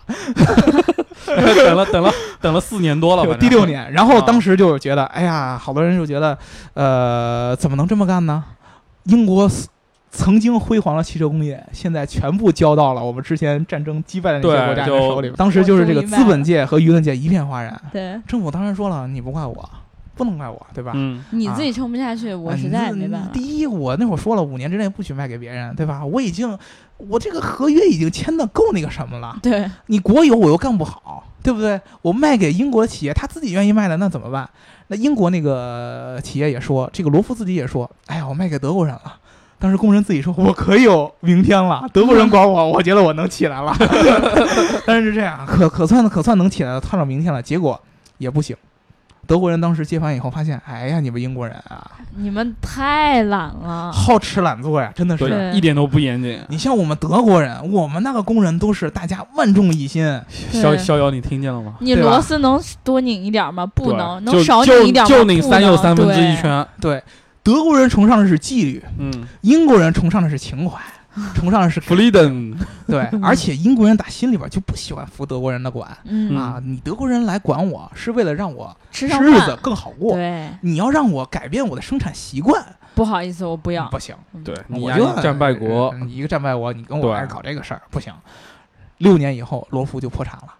[SPEAKER 3] 等了等了等了四年多了，啊
[SPEAKER 2] 就
[SPEAKER 3] 反正
[SPEAKER 2] 第六 年。然后当时就觉得，哎呀，好多人就觉得，呃，怎么能这么干呢？英国 s- 曾经辉煌的汽车工业，现在全部交到了我们之前战争击败的那些
[SPEAKER 3] 对
[SPEAKER 2] 国家人
[SPEAKER 3] 就
[SPEAKER 2] 手里。当时就是这个资本界和舆论界一片哗然。
[SPEAKER 1] 对
[SPEAKER 2] 政府当然说了，你不怪我，不能怪我，对吧？
[SPEAKER 3] 嗯，
[SPEAKER 1] 你自己撑不下去，我
[SPEAKER 2] 啊
[SPEAKER 1] 实
[SPEAKER 2] 你
[SPEAKER 1] 在也
[SPEAKER 2] 这
[SPEAKER 1] 没办法。
[SPEAKER 2] 第一，我那会儿说了，五年之内不许卖给别人，对吧？我已经，我这个合约已经签的够那个什么了。
[SPEAKER 1] 对，
[SPEAKER 2] 你国有我又干不好，对不对？我卖给英国企业，他自己愿意卖的，那怎么办？那英国那个企业也说，这个罗孚自己也说，哎呀，我卖给德国人了。当时工人自己说，我可有明天了，德国人管我，我觉得我能起来了。 但是这样，啊可可算可算能起来了，窜到明天了，结果也不行。德国人当时接盘以后发现，哎呀，你们英国人啊，
[SPEAKER 1] 你们太懒了。
[SPEAKER 2] 好吃懒做呀，真的是。
[SPEAKER 3] 对，一点都不严谨。
[SPEAKER 2] 你像我们德国人，我们那个工人都是大家万众一心，
[SPEAKER 3] 逍逍遥，你听见了吗？
[SPEAKER 1] 你
[SPEAKER 2] 对吧
[SPEAKER 1] 螺丝能多拧一点吗？不
[SPEAKER 3] 对
[SPEAKER 1] 能，
[SPEAKER 3] 就
[SPEAKER 1] 能少
[SPEAKER 3] 就
[SPEAKER 1] 拧一点吗？
[SPEAKER 3] 就拧三
[SPEAKER 1] 不
[SPEAKER 3] 又
[SPEAKER 1] 能
[SPEAKER 3] 三分之一。
[SPEAKER 1] 对
[SPEAKER 3] 圈。
[SPEAKER 2] 对，德国人崇尚的是纪律，
[SPEAKER 3] 嗯
[SPEAKER 2] 英国人崇尚的是情 怀，崇尚的是
[SPEAKER 3] ，freedom，
[SPEAKER 2] 对，而且英国人打心里边就不喜欢服德国人的管
[SPEAKER 1] 嗯，
[SPEAKER 2] 啊！你德国人来管我是为了让我
[SPEAKER 1] 吃上
[SPEAKER 2] 日子
[SPEAKER 1] 饭。
[SPEAKER 2] 更好过，
[SPEAKER 1] 对，
[SPEAKER 2] 你要让我改变我的生产习惯，
[SPEAKER 1] 不好意思，我不要。
[SPEAKER 2] 嗯不行，
[SPEAKER 3] 对，你
[SPEAKER 2] 我
[SPEAKER 3] 呀
[SPEAKER 2] 就
[SPEAKER 3] 战败国，
[SPEAKER 2] 嗯一个战败国，你跟我
[SPEAKER 3] 对
[SPEAKER 2] 还搞这个事儿不行。六年以后，罗孚就破产了，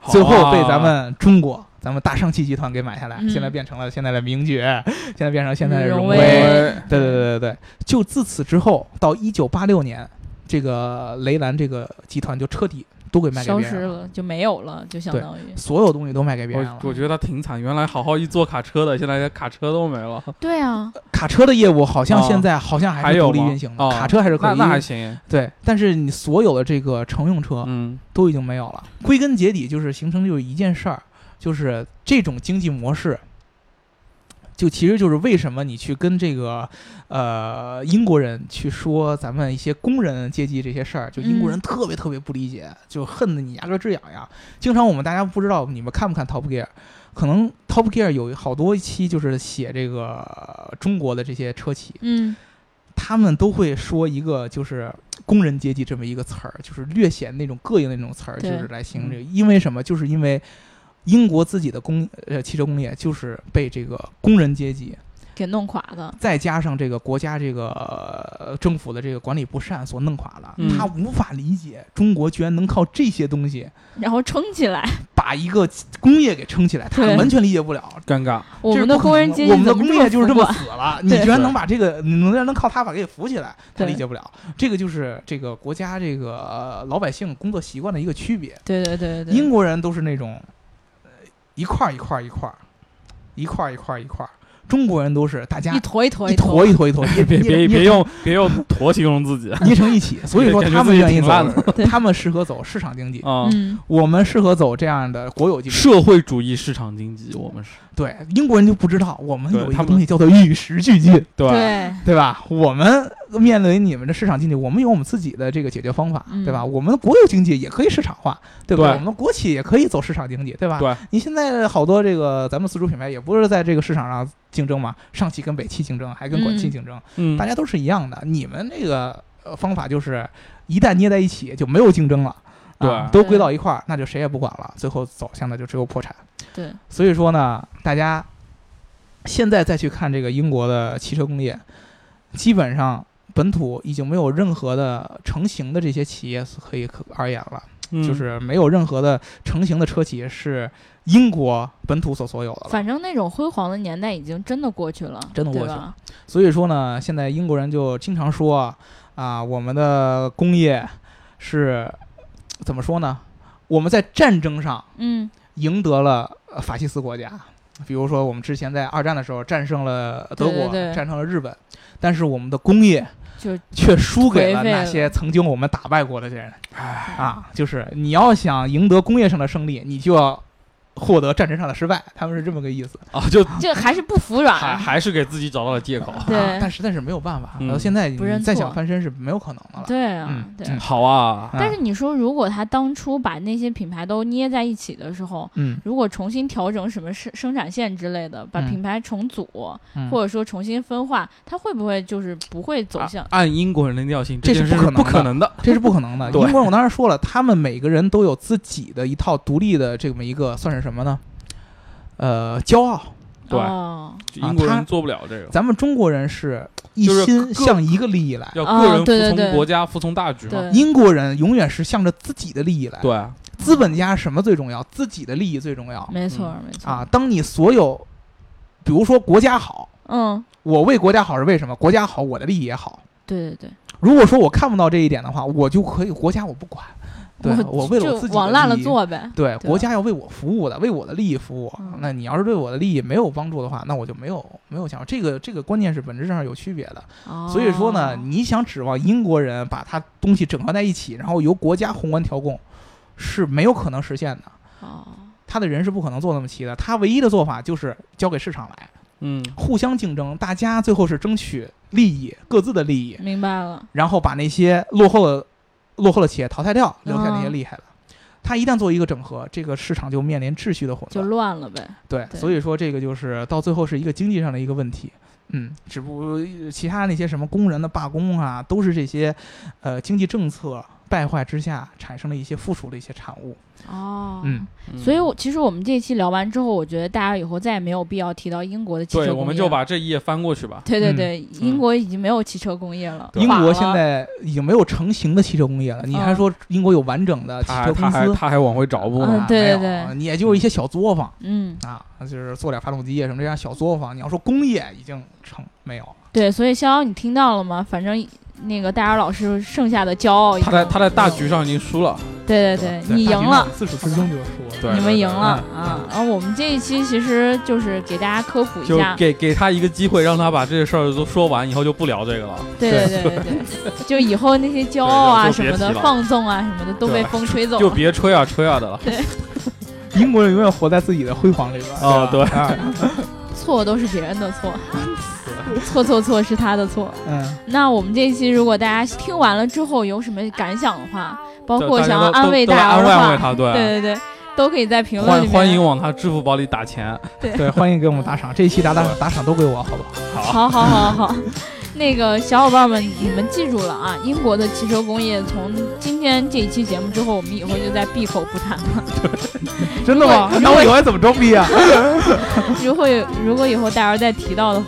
[SPEAKER 3] 好啊
[SPEAKER 2] 最后被咱们中国。咱们大上汽集团给买下来，
[SPEAKER 1] 嗯
[SPEAKER 2] 现在变成了现在的名爵，现在变成现在的
[SPEAKER 1] 荣
[SPEAKER 2] 荣
[SPEAKER 1] 威
[SPEAKER 3] 威
[SPEAKER 2] 对对对对对，就自此之后，到一九八六年，这个雷兰这个集团就彻底都给卖给
[SPEAKER 1] 消
[SPEAKER 2] 别
[SPEAKER 1] 失
[SPEAKER 2] 人了，
[SPEAKER 1] 了就没有了，就相当于
[SPEAKER 2] 所有东西都卖给别人
[SPEAKER 3] 我
[SPEAKER 2] 了。
[SPEAKER 3] 我觉得他挺惨，原来好好一坐卡车的，现在连卡车都没了，
[SPEAKER 1] 对啊，
[SPEAKER 2] 卡车的业务好像
[SPEAKER 3] 啊
[SPEAKER 2] 现在好像
[SPEAKER 3] 还
[SPEAKER 2] 是
[SPEAKER 3] 有
[SPEAKER 2] 独立
[SPEAKER 3] 吗
[SPEAKER 2] 运行的，
[SPEAKER 3] 哦
[SPEAKER 2] 卡车还是可
[SPEAKER 3] 那
[SPEAKER 2] 以
[SPEAKER 3] 那还行，
[SPEAKER 2] 对，但是你所有的这个乘用车
[SPEAKER 3] 嗯，
[SPEAKER 2] 都已经没有了。归根结底，就是形成就是一件事儿，就是这种经济模式。就其实就是为什么你去跟这个，呃，英国人去说咱们一些工人阶级这些事儿，就英国人
[SPEAKER 1] 嗯
[SPEAKER 2] 特别特别不理解，就恨得你牙根儿直痒痒。经常我们大家不知道你们看不看 Top Gear，可能 Top Gear 有好多一期就是写这个呃中国的这些车企，
[SPEAKER 1] 嗯，
[SPEAKER 2] 他们都会说一个就是工人阶级这么一个词儿，就是略显那种膈应的那种词儿，就
[SPEAKER 1] 对
[SPEAKER 2] 是来形容这个。因为什么？就是因为英国自己的工呃汽车工业就是被这个工人阶级，
[SPEAKER 1] 给弄垮的。
[SPEAKER 2] 再加上这个国家这个、呃政府的这个管理不善所弄垮了。
[SPEAKER 3] 嗯
[SPEAKER 2] 他无法理解中国居然能靠这些东西
[SPEAKER 1] 然后撑起来，
[SPEAKER 2] 把一个工业给撑起来，他
[SPEAKER 1] 对
[SPEAKER 2] 完全理解不了。
[SPEAKER 3] 尴尬，
[SPEAKER 1] 我
[SPEAKER 2] 这是
[SPEAKER 1] 们的
[SPEAKER 2] 不可
[SPEAKER 1] 工人
[SPEAKER 2] 能
[SPEAKER 1] 阶级，
[SPEAKER 2] 我们的工业就是这么
[SPEAKER 1] 么
[SPEAKER 2] 死 了，你
[SPEAKER 1] 对
[SPEAKER 2] 居然能把这个能能靠它把它给扶起来，他
[SPEAKER 1] 对
[SPEAKER 2] 理解不了。这个就是这个国家这个呃老百姓工作习惯的一个区别。
[SPEAKER 1] 对对对对对，
[SPEAKER 2] 英国人都是那种呃一块儿一块儿一块儿，一块儿一块儿一块儿，中国人都是大家
[SPEAKER 1] 一坨一坨
[SPEAKER 2] 一
[SPEAKER 1] 坨
[SPEAKER 2] 坨，一坨一坨，别
[SPEAKER 3] 别别别用别用 坨形容自己
[SPEAKER 2] 捏成一 起。所以说
[SPEAKER 3] 感觉
[SPEAKER 2] 他们
[SPEAKER 3] 自己
[SPEAKER 2] 愿意
[SPEAKER 3] 挺
[SPEAKER 2] 走
[SPEAKER 3] 烂，
[SPEAKER 1] 对
[SPEAKER 2] 他们适合走市场经济，
[SPEAKER 3] 啊。
[SPEAKER 1] 嗯，
[SPEAKER 2] 我们适合走这样的国有经济。
[SPEAKER 3] 社会主义市场经济，我们是
[SPEAKER 2] 对英国人就不知道，我们
[SPEAKER 3] 对
[SPEAKER 2] 有一
[SPEAKER 3] 他
[SPEAKER 2] 个
[SPEAKER 3] 们
[SPEAKER 2] 东西叫做与时俱进。
[SPEAKER 1] 对，
[SPEAKER 2] 对吧？我们面对你们的市场经济，我们有我们自己的这个解决方法，
[SPEAKER 1] 嗯
[SPEAKER 2] 对吧？我们的国有经济也可以市场化，对吧？
[SPEAKER 3] 对
[SPEAKER 2] 我们的国企也可以走市场经济，对吧？
[SPEAKER 3] 对
[SPEAKER 2] 你现在好多这个咱们自主品牌也不是在这个市场上竞争嘛，上汽跟北汽竞争，还跟广汽
[SPEAKER 1] 嗯
[SPEAKER 2] 竞争，
[SPEAKER 3] 嗯
[SPEAKER 2] 大家都是一样的。你们这个呃方法就是一旦捏在一起就没有竞争了。啊
[SPEAKER 3] 对
[SPEAKER 2] 都归到一块儿，那就谁也不管了，最后走向的就只有破产。
[SPEAKER 1] 对，
[SPEAKER 2] 所以说呢，大家现在再去看这个英国的汽车工业，基本上本土已经没有任何的成型的这些企业是可以可而言了，
[SPEAKER 3] 嗯
[SPEAKER 2] 就是没有任何的成型的车企是英国本土所所有的了。
[SPEAKER 1] 反正那种辉煌的年代已经真的过去了，
[SPEAKER 2] 真的
[SPEAKER 1] 对
[SPEAKER 2] 过去了
[SPEAKER 1] 吧
[SPEAKER 2] 所以说呢，现在英国人就经常说啊啊，我们的工业是怎么说呢？我们在战争上
[SPEAKER 1] 嗯，
[SPEAKER 2] 赢得了呃法西斯国家，比如说我们之前在二战的时候战胜了德国，
[SPEAKER 1] 对对对
[SPEAKER 2] 战胜了日本，但是我们的工业
[SPEAKER 1] 就是
[SPEAKER 2] 却输给了
[SPEAKER 1] 颓废了
[SPEAKER 2] 那些曾经我们打败过的这些人
[SPEAKER 3] 哎，
[SPEAKER 2] 啊！就是你要想赢得工业上的胜利，你就要获得战争上的失败，他们是这么个意思。
[SPEAKER 3] 啊，就
[SPEAKER 1] 就还是不服软
[SPEAKER 3] 还
[SPEAKER 1] 啊，
[SPEAKER 3] 还是给自己找到了借口。
[SPEAKER 1] 对
[SPEAKER 2] 啊但实在是没有办法，
[SPEAKER 3] 嗯
[SPEAKER 2] 到现在你
[SPEAKER 1] 不认错
[SPEAKER 2] 再想翻身是没有可能的了。
[SPEAKER 1] 对啊
[SPEAKER 2] 嗯，
[SPEAKER 1] 对。
[SPEAKER 2] 嗯
[SPEAKER 3] 好啊，
[SPEAKER 1] 但是你说，如果他当初把那些品牌都捏在一起的时候，
[SPEAKER 2] 嗯，
[SPEAKER 1] 如果重新调整什么生生产线之类的，把
[SPEAKER 2] 嗯
[SPEAKER 1] 品牌重组，
[SPEAKER 2] 嗯
[SPEAKER 1] 或者说重新分化，它会不会就是不会走向？
[SPEAKER 3] 啊按英国人的尿性，
[SPEAKER 2] 这
[SPEAKER 3] 件
[SPEAKER 2] 是
[SPEAKER 3] 事
[SPEAKER 2] 不可能的
[SPEAKER 3] 不可
[SPEAKER 1] 啊
[SPEAKER 3] 能的。
[SPEAKER 2] 这是不可能的。
[SPEAKER 3] 对
[SPEAKER 2] 英国人我当时说了，他们每个人都有自己的一套独立的这么一个算是什么呢？呃，骄傲。
[SPEAKER 3] 对
[SPEAKER 1] 哦，
[SPEAKER 3] 英国
[SPEAKER 2] 他
[SPEAKER 3] 人做不了这个，
[SPEAKER 2] 咱们中国人是一
[SPEAKER 3] 就是
[SPEAKER 2] 心
[SPEAKER 3] 各
[SPEAKER 2] 向一个利益来，
[SPEAKER 3] 要
[SPEAKER 1] 啊
[SPEAKER 3] 个人
[SPEAKER 1] 对对
[SPEAKER 3] 服
[SPEAKER 1] 对
[SPEAKER 3] 从国家，服从大局嘛。
[SPEAKER 1] 对，
[SPEAKER 2] 英国人永远是向着自己的利益来。，
[SPEAKER 3] 对，
[SPEAKER 2] 资本家什么最重要？自己的利益最重要
[SPEAKER 1] 没错儿没错儿
[SPEAKER 2] 啊！，当你所有，比如说国家好，
[SPEAKER 1] 嗯，
[SPEAKER 2] 我为国家好是为什么？国家好，我的利益也好。
[SPEAKER 1] 对对对，
[SPEAKER 2] 如果说我看不到这一点的话，我就可以国家我不管，对啊我为了我
[SPEAKER 1] 就
[SPEAKER 2] 自己的
[SPEAKER 1] 往烂了
[SPEAKER 2] 利益
[SPEAKER 1] 做呗，
[SPEAKER 2] 对，
[SPEAKER 1] 对
[SPEAKER 2] 国家要为我服务的，为我的利益服务。
[SPEAKER 1] 嗯
[SPEAKER 2] 那你要是对我的利益没有帮助的话，那我就没有没有想法。这个这个观念是本质上是有区别的。 所以说呢，
[SPEAKER 1] 哦
[SPEAKER 2] 你想指望英国人把它东西整合在一起，然后由国家宏观调控，是没有可能实现的。
[SPEAKER 1] 哦，
[SPEAKER 2] 他的人是不可能做那么齐的，他唯一的做法就是交给市场来，
[SPEAKER 3] 嗯，
[SPEAKER 2] 互相竞争，大家最后是争取利益，各自的利益，
[SPEAKER 1] 明白了，
[SPEAKER 2] 然后把那些落后的落后的企业淘汰掉，留下那些
[SPEAKER 1] 嗯
[SPEAKER 2] 厉害的。他一旦做一个整合，这个市场就面临秩序的混
[SPEAKER 1] 就
[SPEAKER 2] 乱。
[SPEAKER 1] 乱了呗，
[SPEAKER 2] 对，
[SPEAKER 1] 对
[SPEAKER 2] 所以说这个就是到最后是一个经济上的一个问题。嗯，只不过其他那些什么工人的罢工啊，都是这些，呃，经济政策败坏之下产生的一些附属的一些产物。
[SPEAKER 1] 哦，
[SPEAKER 2] 嗯，
[SPEAKER 1] 所以我，其实我们这一期聊完之后，我觉得大家以后再也没有必要提到英国的汽车
[SPEAKER 3] 对，
[SPEAKER 1] 工业。
[SPEAKER 3] 我们就把这一页翻过去吧。
[SPEAKER 1] 对对
[SPEAKER 2] 嗯
[SPEAKER 1] 对，英国已经没有汽车工业了，
[SPEAKER 2] 英
[SPEAKER 1] 垮
[SPEAKER 2] 国
[SPEAKER 1] 了
[SPEAKER 2] 现在已经没有成型的汽车工业了，你还
[SPEAKER 1] 嗯
[SPEAKER 2] 说英国有完整的汽
[SPEAKER 3] 他还
[SPEAKER 2] 车
[SPEAKER 3] 他
[SPEAKER 2] 公
[SPEAKER 3] 啊还
[SPEAKER 2] 司？
[SPEAKER 3] 他还往回找不
[SPEAKER 1] 嗯
[SPEAKER 3] 嘛？
[SPEAKER 1] 对
[SPEAKER 2] 没有啊
[SPEAKER 1] 对对
[SPEAKER 2] 你也就是一些小作坊
[SPEAKER 1] 嗯，
[SPEAKER 2] 啊，就是做点发动机啊什么这样小作坊。你要说工业已经成没有了，
[SPEAKER 1] 对，所以逍遥，你听到了吗？反正那个戴尔老师剩下的骄傲已
[SPEAKER 3] 他
[SPEAKER 1] 经，
[SPEAKER 3] 在他在大局上已经输了。
[SPEAKER 1] 对对对，你赢了。，
[SPEAKER 2] 自始至终就是输了。
[SPEAKER 3] 对
[SPEAKER 1] 你们赢了
[SPEAKER 2] 对嗯
[SPEAKER 1] 啊！然后我们这一期其实就是给大家科普一
[SPEAKER 3] 就
[SPEAKER 1] 下，
[SPEAKER 3] 给给他一个机会，让他把这个事儿都说完，以后就不聊这个了。
[SPEAKER 1] 对对对对 对，就以后那些骄傲啊
[SPEAKER 3] 对就
[SPEAKER 1] 什么
[SPEAKER 3] 就别
[SPEAKER 1] 的、
[SPEAKER 3] 提了
[SPEAKER 1] 放纵啊什么的都被
[SPEAKER 3] 对
[SPEAKER 1] 风吹走
[SPEAKER 3] 就
[SPEAKER 1] 了。
[SPEAKER 3] 别吹啊吹啊的了。
[SPEAKER 2] 英国人永远活在自己的辉煌里边。
[SPEAKER 3] 哦，对，
[SPEAKER 2] 啊
[SPEAKER 1] 错都是别人的错，错错错是他的错。
[SPEAKER 2] 嗯，
[SPEAKER 1] 那我们这一期如果大家听完了之后有什么感想的话，包括
[SPEAKER 3] 大家
[SPEAKER 1] 想
[SPEAKER 3] 都
[SPEAKER 1] 要安慰
[SPEAKER 3] 都
[SPEAKER 1] 大家
[SPEAKER 3] 都安
[SPEAKER 1] 的
[SPEAKER 3] 慰
[SPEAKER 1] 话，
[SPEAKER 3] 安慰他，对啊，
[SPEAKER 1] 对对对，都可以在评论里
[SPEAKER 3] 欢
[SPEAKER 1] 面
[SPEAKER 3] 欢迎往他支付宝里打钱。
[SPEAKER 2] 对，欢迎给我们打赏，这一期打打打赏都给我，好不好？
[SPEAKER 3] 好，
[SPEAKER 1] 好好好好， 那个小伙伴们，你们记住了啊！英国的汽车工业从今天这一期节目之后，我们以后就再闭口不谈了。
[SPEAKER 2] 真的吗？那我以后还怎么装逼啊？
[SPEAKER 1] 如果有如果以后大家再提到的话，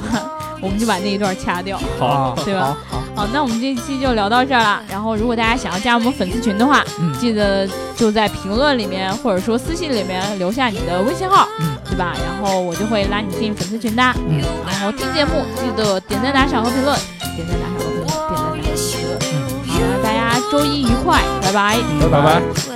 [SPEAKER 1] 我们就把那一段掐掉。
[SPEAKER 2] 啊
[SPEAKER 3] 好，
[SPEAKER 1] 对吧
[SPEAKER 2] 好，好，
[SPEAKER 1] 好，那我们这一期就聊到这儿了。然后，如果大家想要加我们粉丝群的话，
[SPEAKER 2] 嗯
[SPEAKER 1] 记得就在评论里面或者说私信里面留下你的微信号，
[SPEAKER 2] 嗯
[SPEAKER 1] 对吧？然后我就会拉你进粉丝群的。
[SPEAKER 2] 嗯
[SPEAKER 1] 然后听节目记得点赞、打赏和评论，点 嗯赞、打赏和评论，点赞、打赏和评论。好，那大家周一愉快，拜拜。
[SPEAKER 2] 拜拜。
[SPEAKER 4] Well,